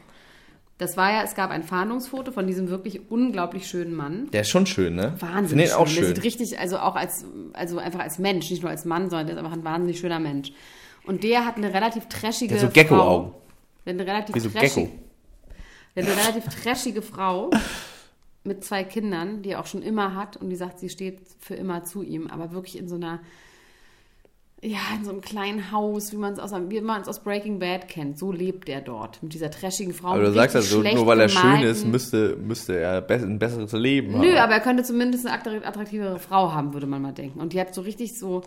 Speaker 3: Das war ja, es gab ein Fahndungsfoto von diesem wirklich unglaublich schönen Mann.
Speaker 2: Der ist schon schön, ne?
Speaker 3: Wahnsinnig
Speaker 2: Find
Speaker 3: schön.
Speaker 2: den auch
Speaker 3: Der
Speaker 2: schön.
Speaker 3: sieht richtig, also auch als, also einfach als Mensch, nicht nur als Mann, sondern der ist einfach ein wahnsinnig schöner Mensch. Und der hat eine relativ trashige
Speaker 2: Der hat so Gecko-Augen.
Speaker 3: Frau. Der hat eine relativ
Speaker 2: Wie so
Speaker 3: trashige,
Speaker 2: Gecko.
Speaker 3: der hat eine relativ trashige Frau mit zwei Kindern, die er auch schon immer hat und die sagt, sie steht für immer zu ihm, aber wirklich in so einer ja, in so einem kleinen Haus, wie man es aus, wie man es aus Breaking Bad kennt. So lebt er dort mit dieser trashigen Frau.
Speaker 2: Aber
Speaker 3: mit
Speaker 2: du sagst das
Speaker 3: richtig
Speaker 2: so, nur
Speaker 3: schlecht
Speaker 2: weil er schön
Speaker 3: gemalten-
Speaker 2: ist, müsste, müsste er be- ein besseres Leben
Speaker 3: Nö,
Speaker 2: haben.
Speaker 3: aber er könnte zumindest eine attra- attraktivere Frau haben, würde man mal denken. Und die hat so richtig so,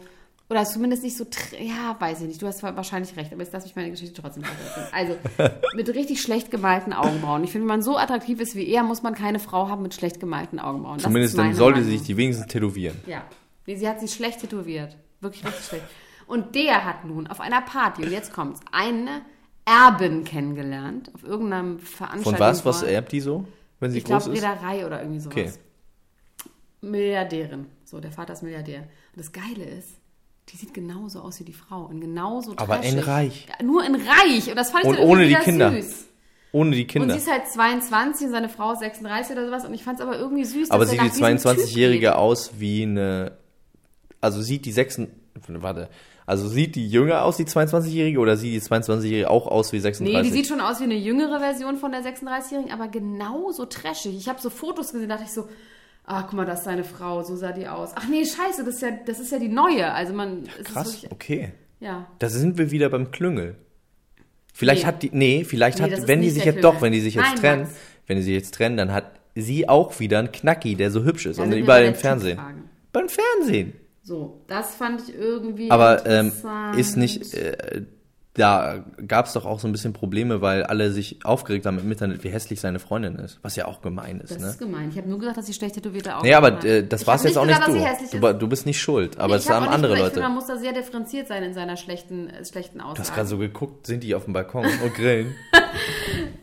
Speaker 3: oder zumindest nicht so, tr- ja, weiß ich nicht, du hast zwar wahrscheinlich recht, aber jetzt lass mich meine Geschichte trotzdem erzählen. Also, mit richtig schlecht gemalten Augenbrauen. Ich finde, wenn man so attraktiv ist wie er, muss man keine Frau haben mit schlecht gemalten Augenbrauen. Das
Speaker 2: Zumindest
Speaker 3: ist
Speaker 2: dann
Speaker 3: meine
Speaker 2: sollte sie
Speaker 3: Meinung.
Speaker 2: sich die wenigstens tätowieren.
Speaker 3: Ja. Nee, sie hat sie schlecht tätowiert. Wirklich richtig schlecht. Und der hat nun auf einer Party, und jetzt kommt's, eine Erbin kennengelernt. Auf irgendeinem Veranstaltung.
Speaker 2: Von was, was
Speaker 3: von-
Speaker 2: erbt die so, wenn sie
Speaker 3: Ich
Speaker 2: groß
Speaker 3: glaube,
Speaker 2: ist?
Speaker 3: Reederei oder irgendwie sowas.
Speaker 2: Okay.
Speaker 3: Milliardärin. So, der Vater ist Milliardär. Und das Geile ist, die sieht genauso aus wie die Frau. Und genauso
Speaker 2: Aber
Speaker 3: trashig.
Speaker 2: in reich.
Speaker 3: Ja, nur in reich. Und das fand ich
Speaker 2: Und
Speaker 3: dann irgendwie
Speaker 2: ohne die
Speaker 3: wieder
Speaker 2: Kinder.
Speaker 3: süß.
Speaker 2: Ohne die
Speaker 3: Und
Speaker 2: Kinder.
Speaker 3: sie ist halt 22 und seine Frau ist 36 oder sowas. Und ich fand es aber irgendwie süß,
Speaker 2: Aber
Speaker 3: dass
Speaker 2: sieht
Speaker 3: er
Speaker 2: die
Speaker 3: nach diesem Typ
Speaker 2: 22-Jährige
Speaker 3: geht.
Speaker 2: aus wie eine. Also sieht die 6. Warte. Also sieht die jünger aus, die 22-Jährige, oder sieht die 22-Jährige auch aus wie 36?
Speaker 3: Nee, die sieht schon aus wie eine jüngere Version von der 36-Jährigen, aber genauso trashig. Ich habe so Fotos gesehen, dachte ich so, ah, guck mal, das ist seine Frau, so sah die aus. Ach nee, scheiße, das ist ja, das ist ja die neue. Also man, es Ist
Speaker 2: Krass,
Speaker 3: wirklich,
Speaker 2: okay.
Speaker 3: ja.
Speaker 2: Da sind wir wieder beim Klüngel. Vielleicht
Speaker 3: Nee.
Speaker 2: hat die. Nee, vielleicht
Speaker 3: Nee, das
Speaker 2: hat.
Speaker 3: ist
Speaker 2: Wenn die
Speaker 3: nicht
Speaker 2: sich
Speaker 3: der
Speaker 2: jetzt.
Speaker 3: Klüngel.
Speaker 2: Doch, wenn die sich jetzt
Speaker 3: Nein,
Speaker 2: trennen.
Speaker 3: Max.
Speaker 2: Wenn die sich jetzt trennen, dann hat sie auch wieder einen Knacki, der so hübsch ist. Also
Speaker 3: Da
Speaker 2: und
Speaker 3: sind wir
Speaker 2: überall
Speaker 3: bei
Speaker 2: im
Speaker 3: der
Speaker 2: Fernsehen.
Speaker 3: Typfrage.
Speaker 2: Beim Fernsehen.
Speaker 3: So, das fand ich irgendwie.
Speaker 2: Aber ähm,
Speaker 3: interessant.
Speaker 2: ist nicht, äh, da gab es doch auch so ein bisschen Probleme, weil alle sich aufgeregt haben im Internet, wie hässlich seine Freundin ist, was ja auch gemein ist,
Speaker 3: Das
Speaker 2: ne?
Speaker 3: ist gemein. Ich habe nur gesagt, dass sie schlecht tätowierte Augen
Speaker 2: Nee, aber
Speaker 3: hat.
Speaker 2: äh, das
Speaker 3: Ich
Speaker 2: war's
Speaker 3: hab
Speaker 2: jetzt auch nicht
Speaker 3: gesagt, dass sie hässlich
Speaker 2: du. Du,
Speaker 3: ist.
Speaker 2: war- du bist nicht schuld, aber
Speaker 3: Nee,
Speaker 2: es
Speaker 3: ich hab
Speaker 2: haben
Speaker 3: auch nicht
Speaker 2: andere
Speaker 3: gesagt, Ich
Speaker 2: Leute.
Speaker 3: finde,
Speaker 2: Du
Speaker 3: man muss da sehr differenziert sein in seiner schlechten, äh, schlechten Aussage.
Speaker 2: hast gerade so geguckt, sind die auf dem Balkon und grillen?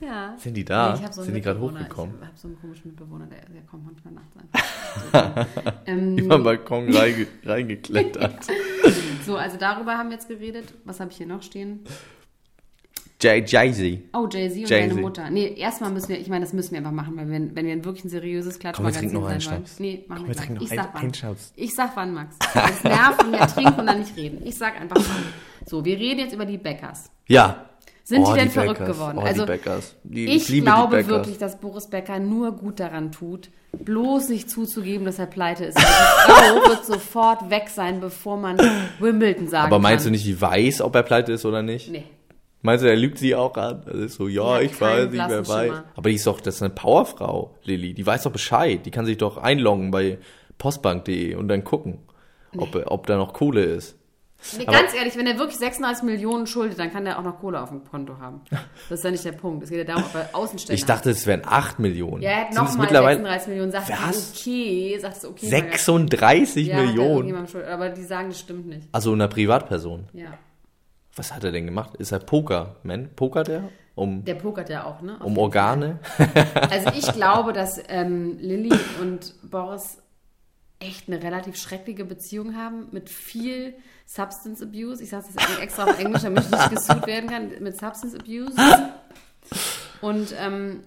Speaker 3: Ja.
Speaker 2: Sind die da?
Speaker 3: ich hab so einen
Speaker 2: Ah, sind die gerade
Speaker 3: Mitbewohner.
Speaker 2: hochgekommen?
Speaker 3: Ich habe so einen komischen Mitbewohner, der, der kommt manchmal nachts an.
Speaker 2: Über den Balkon reinge reingeklettert.
Speaker 3: So, also darüber haben wir jetzt geredet. Was habe ich hier noch stehen?
Speaker 2: Jay- Jay-Z.
Speaker 3: Oh, Jay-Z und
Speaker 2: Jay-Z.
Speaker 3: deine Mutter. Nee, erstmal müssen wir, ich meine, das müssen wir einfach machen, weil wenn, wenn wir ein wirklich ein seriöses
Speaker 2: Komm, wir
Speaker 3: Klatschmagazin
Speaker 2: trinken noch einen
Speaker 3: sein wollen.
Speaker 2: Schnaps.
Speaker 3: Nee, machen
Speaker 2: Komm,
Speaker 3: wir
Speaker 2: wir
Speaker 3: gleich.
Speaker 2: trinken noch
Speaker 3: Ich
Speaker 2: ein-
Speaker 3: sag wann.
Speaker 2: einen Schnaps.
Speaker 3: Ich sag wann, Max. Das nervt, wenn wir trinken und dann nicht reden. Ich sag einfach wann. So, wir reden jetzt über die Bäckers.
Speaker 2: Ja.
Speaker 3: Sind
Speaker 2: Oh,
Speaker 3: die denn verrückt
Speaker 2: Backers.
Speaker 3: geworden?
Speaker 2: Oh,
Speaker 3: also
Speaker 2: die Backers. Die,
Speaker 3: ich,
Speaker 2: liebe
Speaker 3: glaube
Speaker 2: die Backers.
Speaker 3: wirklich, dass Boris Becker nur gut daran tut, bloß nicht zuzugeben, dass er pleite ist. Also Die Frau wird sofort weg sein, bevor man Wimbledon sagen
Speaker 2: Aber meinst du
Speaker 3: kann.
Speaker 2: nicht, die weiß, ob er pleite ist oder nicht?
Speaker 3: Nee.
Speaker 2: Meinst du, er lügt sie auch an? Das ist so, ja,
Speaker 3: hat
Speaker 2: ich weiß,
Speaker 3: keinen
Speaker 2: ich wer
Speaker 3: blassen
Speaker 2: weiß.
Speaker 3: Schimmer.
Speaker 2: Aber die ist doch, das ist eine Powerfrau, Lilly. Die weiß doch Bescheid. Die kann sich doch einloggen bei postbank.de und dann gucken, ob, ob da noch Kohle ist.
Speaker 3: Nee,
Speaker 2: Aber-
Speaker 3: ganz ehrlich, wenn er wirklich 36 Millionen schuldet, dann kann er auch noch Kohle auf dem Konto haben. Das ist ja nicht der Punkt. Es geht ja darum, ob er Außenstände
Speaker 2: Ich dachte, es wären 8 Millionen.
Speaker 3: hat. Ja, er hat
Speaker 2: Sind es
Speaker 3: nochmal
Speaker 2: mittlerweile
Speaker 3: 36 Millionen. Sagt
Speaker 2: Was?
Speaker 3: es okay, sagt es okay.
Speaker 2: 36
Speaker 3: ja, hat er
Speaker 2: Millionen?
Speaker 3: irgendjemandem schuldet. Aber die sagen, das stimmt nicht.
Speaker 2: Also einer Privatperson.
Speaker 3: Ja.
Speaker 2: Was hat er denn gemacht? Ist er Poker? Man, pokert er? Um,
Speaker 3: Der pokert ja auch, ne? Auf
Speaker 2: um Organe?
Speaker 3: Also ich glaube, dass ähm, Lilly und Boris echt eine relativ schreckliche Beziehung haben mit viel Substance Abuse. Ich sage das jetzt extra auf Englisch, damit ich nicht gesucht werden kann. Mit Substance Abuse. Und ähm,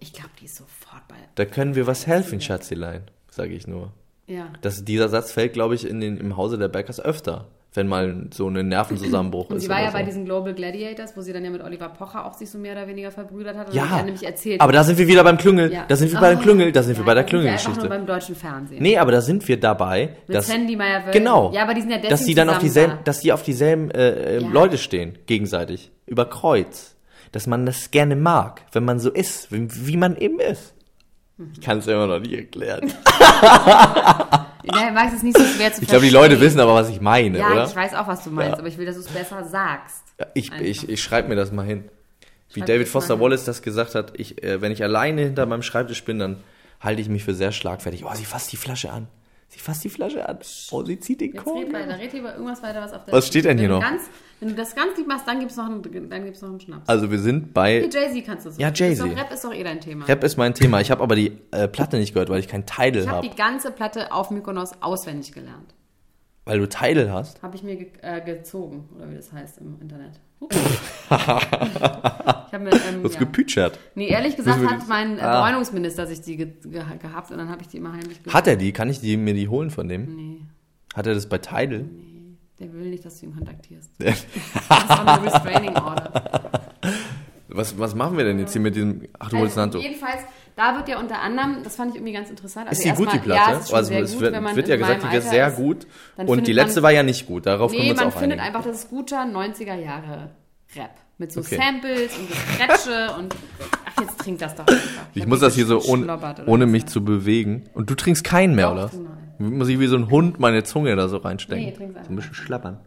Speaker 3: ich glaube, die ist sofort bei.
Speaker 2: Da können wir was helfen, Schatzelein, sage ich nur.
Speaker 3: Ja.
Speaker 2: Das, dieser Satz fällt, glaube ich, in den, im Hause der Backers öfter, wenn mal so ein Nervenzusammenbruch
Speaker 3: Und
Speaker 2: ist.
Speaker 3: sie war
Speaker 2: oder
Speaker 3: ja
Speaker 2: so.
Speaker 3: bei diesen Global Gladiators, wo sie dann ja mit Oliver Pocher auch sich so mehr oder weniger verbrüdert hat. Und
Speaker 2: Ja,
Speaker 3: dann hat er nämlich erzählt.
Speaker 2: aber da sind wir wieder beim Klüngel,
Speaker 3: Ja.
Speaker 2: da sind wir bei
Speaker 3: Oh.
Speaker 2: dem Klüngel, da sind wir
Speaker 3: Ja,
Speaker 2: bei der
Speaker 3: da sind wir einfach
Speaker 2: Klüngelgeschichte.
Speaker 3: Nur beim deutschen Fernsehen.
Speaker 2: Nee, aber da sind wir dabei,
Speaker 3: Mit
Speaker 2: dass
Speaker 3: Sandy Meyer
Speaker 2: genau,
Speaker 3: Ja, aber die sind ja deswegen
Speaker 2: dass die dann auf
Speaker 3: zusammen
Speaker 2: dieselben,
Speaker 3: da.
Speaker 2: dass die auf dieselben äh, äh,
Speaker 3: Ja.
Speaker 2: Leute stehen gegenseitig über Kreuz, dass man das gerne mag, wenn man so ist, wie, wie man eben ist.
Speaker 3: Mhm.
Speaker 2: Ich kann es immer noch nicht erklären.
Speaker 3: Ja, Max, es ist nicht so schwer zu
Speaker 2: Ich glaube, die Leute wissen aber, was ich meine,
Speaker 3: Ja,
Speaker 2: oder?
Speaker 3: ich weiß auch, was du meinst, aber ich will, dass du es besser sagst.
Speaker 2: Ja, Ich,
Speaker 3: Einfach.
Speaker 2: ich, ich schreibe mir das mal hin. Wie
Speaker 3: Schreib
Speaker 2: David
Speaker 3: das mal
Speaker 2: Foster
Speaker 3: hin.
Speaker 2: Wallace das gesagt hat, ich, äh, wenn ich alleine hinter meinem Schreibtisch bin, dann halte ich mich für sehr schlagfertig. Oh, sie fasst die Flasche an. Sie fasst die Flasche an. Oh, sie zieht den
Speaker 3: Jetzt red
Speaker 2: Korken.
Speaker 3: weiter, red hier über irgendwas weiter, was auf der
Speaker 2: Was steht denn
Speaker 3: wenn
Speaker 2: hier
Speaker 3: du
Speaker 2: noch?
Speaker 3: Ganz, wenn du das ganz lieb machst, dann gibt's noch einen, dann gibt's noch einen Schnaps.
Speaker 2: Also wir sind
Speaker 3: Hey,
Speaker 2: bei...
Speaker 3: Jay-Z kannst du so.
Speaker 2: Ja, Jay-Z.
Speaker 3: Ist doch- Rap ist doch eh dein Thema.
Speaker 2: Rap ist mein Thema. Ich habe aber die äh, Platte nicht gehört, weil ich keinen Tidal
Speaker 3: ich habe
Speaker 2: habe.
Speaker 3: die ganze Platte auf Mykonos auswendig gelernt.
Speaker 2: Weil du Tidal hast?
Speaker 3: Habe ich mir ge äh, gezogen, oder wie das heißt im Internet. Ups. ich habe mir, ähm,
Speaker 2: Du hast
Speaker 3: ja.
Speaker 2: gepütschert.
Speaker 3: Nee, ehrlich gesagt
Speaker 2: Müssen wir
Speaker 3: hat
Speaker 2: die-
Speaker 3: mein äh,
Speaker 2: Ah.
Speaker 3: Bräunungsminister sich die ge ge gehabt und dann habe ich die immer heimlich ge
Speaker 2: Hat er die? Kann ich die, mir die holen von dem?
Speaker 3: Nee,
Speaker 2: Hat er das bei Tidal?
Speaker 3: nee. Der will nicht, dass du ihn kontaktierst. das ist auch eine Restraining Order.
Speaker 2: Was, was machen wir denn jetzt hier mit diesem... Ach, du holst Nanto.
Speaker 3: Also, jedenfalls, Da wird ja unter anderem, das fand ich irgendwie ganz interessant.
Speaker 2: Ist die
Speaker 3: Also erstmal-
Speaker 2: gut, die Platte?
Speaker 3: Ja, es ist schon
Speaker 2: also
Speaker 3: sehr
Speaker 2: es
Speaker 3: gut,
Speaker 2: wird,
Speaker 3: wenn man
Speaker 2: wird ja
Speaker 3: in
Speaker 2: gesagt,
Speaker 3: meinem
Speaker 2: die wäre
Speaker 3: Alter
Speaker 2: sehr
Speaker 3: ist.
Speaker 2: gut.
Speaker 3: dann
Speaker 2: Und
Speaker 3: findet
Speaker 2: die letzte
Speaker 3: man-
Speaker 2: war ja nicht gut, darauf können
Speaker 3: Nee,
Speaker 2: wir uns
Speaker 3: man
Speaker 2: auch
Speaker 3: findet
Speaker 2: einigen.
Speaker 3: einfach, das ist guter 90er-Jahre-Rap. Mit so
Speaker 2: Okay.
Speaker 3: Samples und Gekretsche und ach, jetzt trink das doch einfach.
Speaker 2: Ich muss das hier so ohne,
Speaker 3: geschlobbert oder
Speaker 2: ohne
Speaker 3: was, ne?
Speaker 2: mich
Speaker 3: ja.
Speaker 2: zu bewegen. Und du trinkst keinen mehr,
Speaker 3: Doch,
Speaker 2: oder?
Speaker 3: trink mal.
Speaker 2: Muss ich wie so ein Hund meine Zunge da so reinstecken?
Speaker 3: Nee, trink's einfach.
Speaker 2: So ein bisschen schlappern.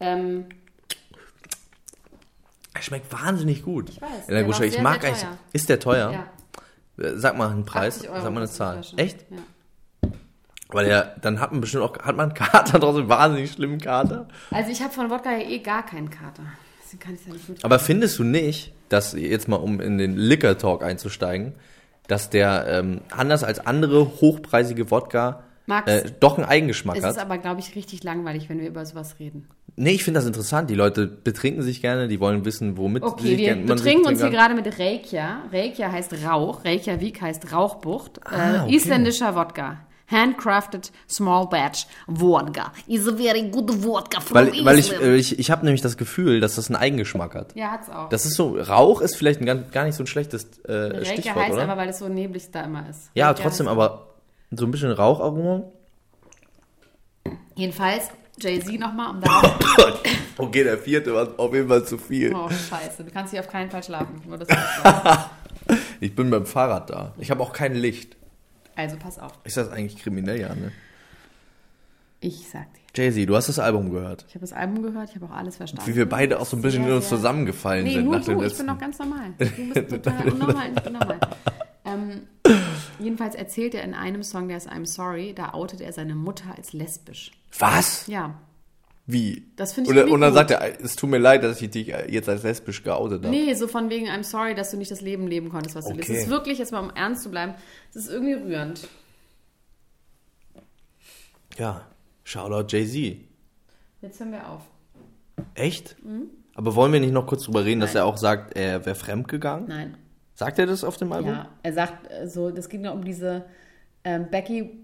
Speaker 3: Ähm,
Speaker 2: Er schmeckt wahnsinnig gut. Ich
Speaker 3: weiß,
Speaker 2: Ja,
Speaker 3: der
Speaker 2: Guscha,
Speaker 3: war
Speaker 2: ich
Speaker 3: sehr,
Speaker 2: mag
Speaker 3: sehr
Speaker 2: eigentlich.
Speaker 3: teuer.
Speaker 2: Ist der teuer?
Speaker 3: ja.
Speaker 2: Äh, Sag mal einen Preis,
Speaker 3: 80 Euro
Speaker 2: sag mal eine
Speaker 3: kostet die
Speaker 2: Zahl.
Speaker 3: Flasche.
Speaker 2: Echt?
Speaker 3: Ja.
Speaker 2: Weil der, dann hat man bestimmt auch, hat man einen Kater trotzdem, einen wahnsinnig schlimmen Kater.
Speaker 3: Also ich habe von Wodka ja eh gar keinen Kater. Deswegen kann ich ja nicht mit.
Speaker 2: Aber findest du nicht, dass, jetzt mal um in den Liquor Talk einzusteigen, dass der, ähm, anders als andere hochpreisige Wodka,
Speaker 3: Max,
Speaker 2: äh, doch einen Eigengeschmack
Speaker 3: es
Speaker 2: hat?
Speaker 3: ist aber, glaube ich, richtig langweilig, wenn wir über sowas reden.
Speaker 2: Nee, ich finde das interessant. Die Leute betrinken sich gerne, die wollen wissen, womit sie
Speaker 3: Okay,
Speaker 2: sich
Speaker 3: wir
Speaker 2: gerne, man sich
Speaker 3: betrinken uns hier
Speaker 2: trinken kann.
Speaker 3: gerade mit Reykja. Reykja heißt Rauch, Reykjavik heißt Rauchbucht.
Speaker 2: Ah,
Speaker 3: äh,
Speaker 2: okay.
Speaker 3: Isländischer Wodka. Handcrafted Small Batch Wodka. Is a very good Wodka from
Speaker 2: Weil, weil ich,
Speaker 3: Iceland.
Speaker 2: äh, ich, ich habe nämlich das Gefühl, dass das einen Eigengeschmack hat.
Speaker 3: ja, hat's auch.
Speaker 2: Das ist so, Rauch ist vielleicht ein, ganz- gar nicht so ein schlechtes äh,
Speaker 3: Reykja
Speaker 2: Stichwort,
Speaker 3: heißt
Speaker 2: oder?
Speaker 3: aber, weil es so neblig da immer ist.
Speaker 2: ja,
Speaker 3: Reykja
Speaker 2: trotzdem
Speaker 3: heißt-
Speaker 2: aber so ein bisschen Raucharoma.
Speaker 3: Jedenfalls, Jay-Z nochmal, um da...
Speaker 2: Okay, der vierte war auf jeden Fall zu viel.
Speaker 3: Oh, scheiße, du kannst hier auf keinen Fall schlafen. Nur das ist
Speaker 2: Ich bin beim Fahrrad da. Ich habe auch kein Licht.
Speaker 3: also pass auf.
Speaker 2: Ist das eigentlich kriminell, ja, ne?
Speaker 3: Ich sag dir.
Speaker 2: Jay-Z, du hast das Album gehört.
Speaker 3: Ich habe das Album gehört, ich habe auch alles verstanden.
Speaker 2: Wie wir beide auch so ein bisschen
Speaker 3: Sehr,
Speaker 2: in uns
Speaker 3: sehr.
Speaker 2: zusammengefallen
Speaker 3: Nee,
Speaker 2: sind
Speaker 3: nur
Speaker 2: nach dem
Speaker 3: du, ich bin
Speaker 2: letzten.
Speaker 3: noch ganz normal. Du bist total unnormal, ich bin normal. Ähm, jedenfalls erzählt er in einem Song, der ist I'm Sorry, da outet er seine Mutter als lesbisch.
Speaker 2: Was?
Speaker 3: Ja.
Speaker 2: Wie?
Speaker 3: Das finde ich
Speaker 2: Und,
Speaker 3: irgendwie
Speaker 2: und dann
Speaker 3: gut.
Speaker 2: sagt er, es tut mir leid, dass ich dich jetzt als lesbisch geoutet habe.
Speaker 3: Nee, so von wegen I'm Sorry, dass du nicht das Leben leben konntest, was du willst.
Speaker 2: Okay.
Speaker 3: Es ist wirklich, jetzt mal um ernst zu bleiben, es ist irgendwie rührend.
Speaker 2: Ja, Shoutout Jay-Z.
Speaker 3: Jetzt hören wir auf.
Speaker 2: Echt?
Speaker 3: Mhm.
Speaker 2: Aber wollen wir nicht noch kurz drüber reden, dass er auch sagt, er wäre fremdgegangen?
Speaker 3: Nein.
Speaker 2: Sagt er das auf dem Album?
Speaker 3: Ja, er sagt äh, so, das ging ja um diese ähm, Becky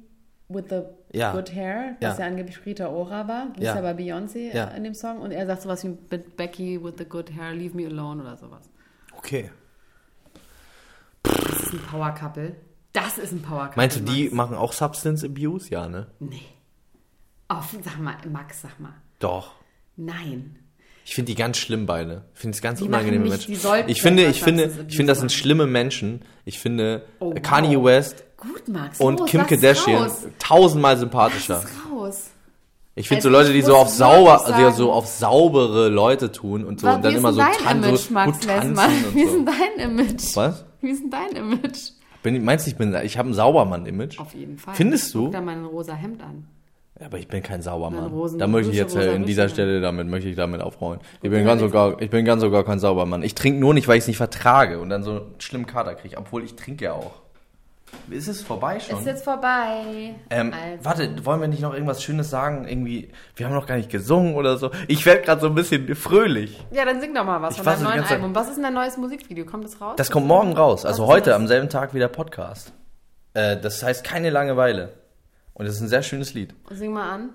Speaker 3: with the
Speaker 2: Ja.
Speaker 3: good hair, was
Speaker 2: Ja.
Speaker 3: ja, angeblich Rita Ora war, ging
Speaker 2: Ja.
Speaker 3: ja. bei Beyoncé äh,
Speaker 2: Ja.
Speaker 3: in dem Song und er sagt sowas wie mit Becky with the good hair, leave me alone oder sowas.
Speaker 2: Okay.
Speaker 3: Das ist ein Power Couple. Das ist ein Power Couple.
Speaker 2: Meinst du, die
Speaker 3: Max.
Speaker 2: machen auch Substance Abuse? Ja, ne?
Speaker 3: Nee. Auf, sag mal, Max, sag mal.
Speaker 2: Doch.
Speaker 3: Nein.
Speaker 2: Ich finde die ganz schlimm beide. Ich finde es ganz
Speaker 3: Die
Speaker 2: unangenehme
Speaker 3: machen nicht-
Speaker 2: Menschen.
Speaker 3: die sollten
Speaker 2: ich finde,
Speaker 3: selber
Speaker 2: ich finde,
Speaker 3: Substance
Speaker 2: ich finde, das sind
Speaker 3: Abuse
Speaker 2: schlimme Menschen. Ich finde
Speaker 3: Oh, wow.
Speaker 2: Kanye West
Speaker 3: Gut, Max.
Speaker 2: und
Speaker 3: los,
Speaker 2: Kim
Speaker 3: lass es
Speaker 2: Kardashian
Speaker 3: Raus.
Speaker 2: tausendmal
Speaker 3: Lass
Speaker 2: sympathischer.
Speaker 3: es raus.
Speaker 2: Ich finde
Speaker 3: Also
Speaker 2: so Leute,
Speaker 3: ich
Speaker 2: die so
Speaker 3: muss
Speaker 2: auf
Speaker 3: wirklich
Speaker 2: sauber,
Speaker 3: sagen-
Speaker 2: also so auf saubere Leute tun und so
Speaker 3: Wa-
Speaker 2: und dann
Speaker 3: wie ist
Speaker 2: immer
Speaker 3: denn
Speaker 2: so,
Speaker 3: dein
Speaker 2: tan
Speaker 3: Image,
Speaker 2: so
Speaker 3: Max
Speaker 2: gut
Speaker 3: Lessmann? Wie ist
Speaker 2: tanzen
Speaker 3: denn
Speaker 2: und so.
Speaker 3: dein Image?
Speaker 2: Was?
Speaker 3: Wie ist denn dein Image?
Speaker 2: Bin, ich- meinst du, ich bin, ich habe ein Saubermann-Image?
Speaker 3: Auf jeden Fall.
Speaker 2: Findest du?
Speaker 3: Guck da mein rosa Hemd an.
Speaker 2: Ja, Aber ich bin kein
Speaker 3: Nein,
Speaker 2: Saubermann.
Speaker 3: Rosen-
Speaker 2: da möchte ich
Speaker 3: Rosa-
Speaker 2: jetzt äh, in
Speaker 3: Rosa-
Speaker 2: dieser
Speaker 3: Rosa-
Speaker 2: Stelle damit möchte ich damit aufräumen. Ich bin
Speaker 3: ja,
Speaker 2: ganz
Speaker 3: jetzt-
Speaker 2: sogar, ich bin ganz sogar kein Saubermann. Ich trinke nur nicht, weil ich es nicht vertrage und dann so einen schlimmen Kater kriege, obwohl ich trinke ja auch. Ist es vorbei schon?
Speaker 3: Ist jetzt vorbei.
Speaker 2: ähm,
Speaker 3: Also,
Speaker 2: Warte, wollen wir nicht noch irgendwas Schönes sagen? Irgendwie, wir haben noch gar nicht gesungen oder so. Ich werde gerade so ein bisschen fröhlich.
Speaker 3: ja, dann sing doch mal was
Speaker 2: Ich
Speaker 3: von
Speaker 2: weiß
Speaker 3: deinem
Speaker 2: nicht,
Speaker 3: neuen
Speaker 2: ganz-
Speaker 3: Album. Was ist denn dein neues Musikvideo? Kommt das raus?
Speaker 2: Das kommt morgen raus, also
Speaker 3: Was ist
Speaker 2: heute
Speaker 3: das?
Speaker 2: am selben Tag wieder Podcast. Äh, das heißt keine Langeweile und es ist ein sehr schönes Lied.
Speaker 3: Sing mal an.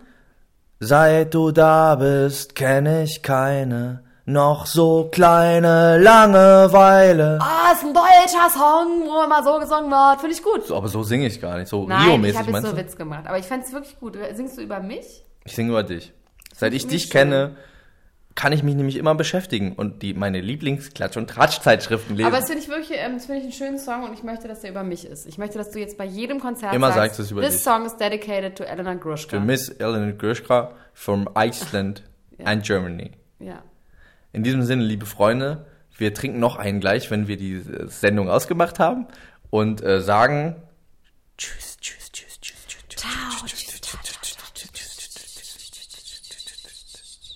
Speaker 2: Seit du da bist, kenne ich keine noch so kleine Langeweile.
Speaker 3: Ah, ist ein deutscher Song, wo immer so gesungen wird. Finde ich gut.
Speaker 2: So, aber so singe ich gar nicht, so
Speaker 3: Nein, ich
Speaker 2: Rio-mäßig
Speaker 3: habe jetzt
Speaker 2: meinst
Speaker 3: so
Speaker 2: du?
Speaker 3: Witz gemacht. Aber ich fand es wirklich gut. Singst du über mich?
Speaker 2: Ich singe über dich. Seit ich
Speaker 3: finde ich
Speaker 2: dich
Speaker 3: schön.
Speaker 2: kenne, kann ich mich nämlich immer beschäftigen und die meine Lieblingsklatsch- und Tratschzeitschriften lesen.
Speaker 3: Aber das finde ich wirklich ähm, das finde ich einen schönen Song und ich möchte, dass der über mich ist. Ich möchte, dass du jetzt bei jedem Konzert
Speaker 2: Immer sagst
Speaker 3: sagst,
Speaker 2: du es über
Speaker 3: This
Speaker 2: dich."
Speaker 3: song is dedicated to Eleanor Grushka.
Speaker 2: To Miss Ellen Grishka from Iceland and Germany.
Speaker 3: Ja.
Speaker 2: In diesem Sinne, liebe Freunde, wir trinken noch einen gleich, wenn wir die äh, Sendung ausgemacht haben und äh, sagen Tschüss.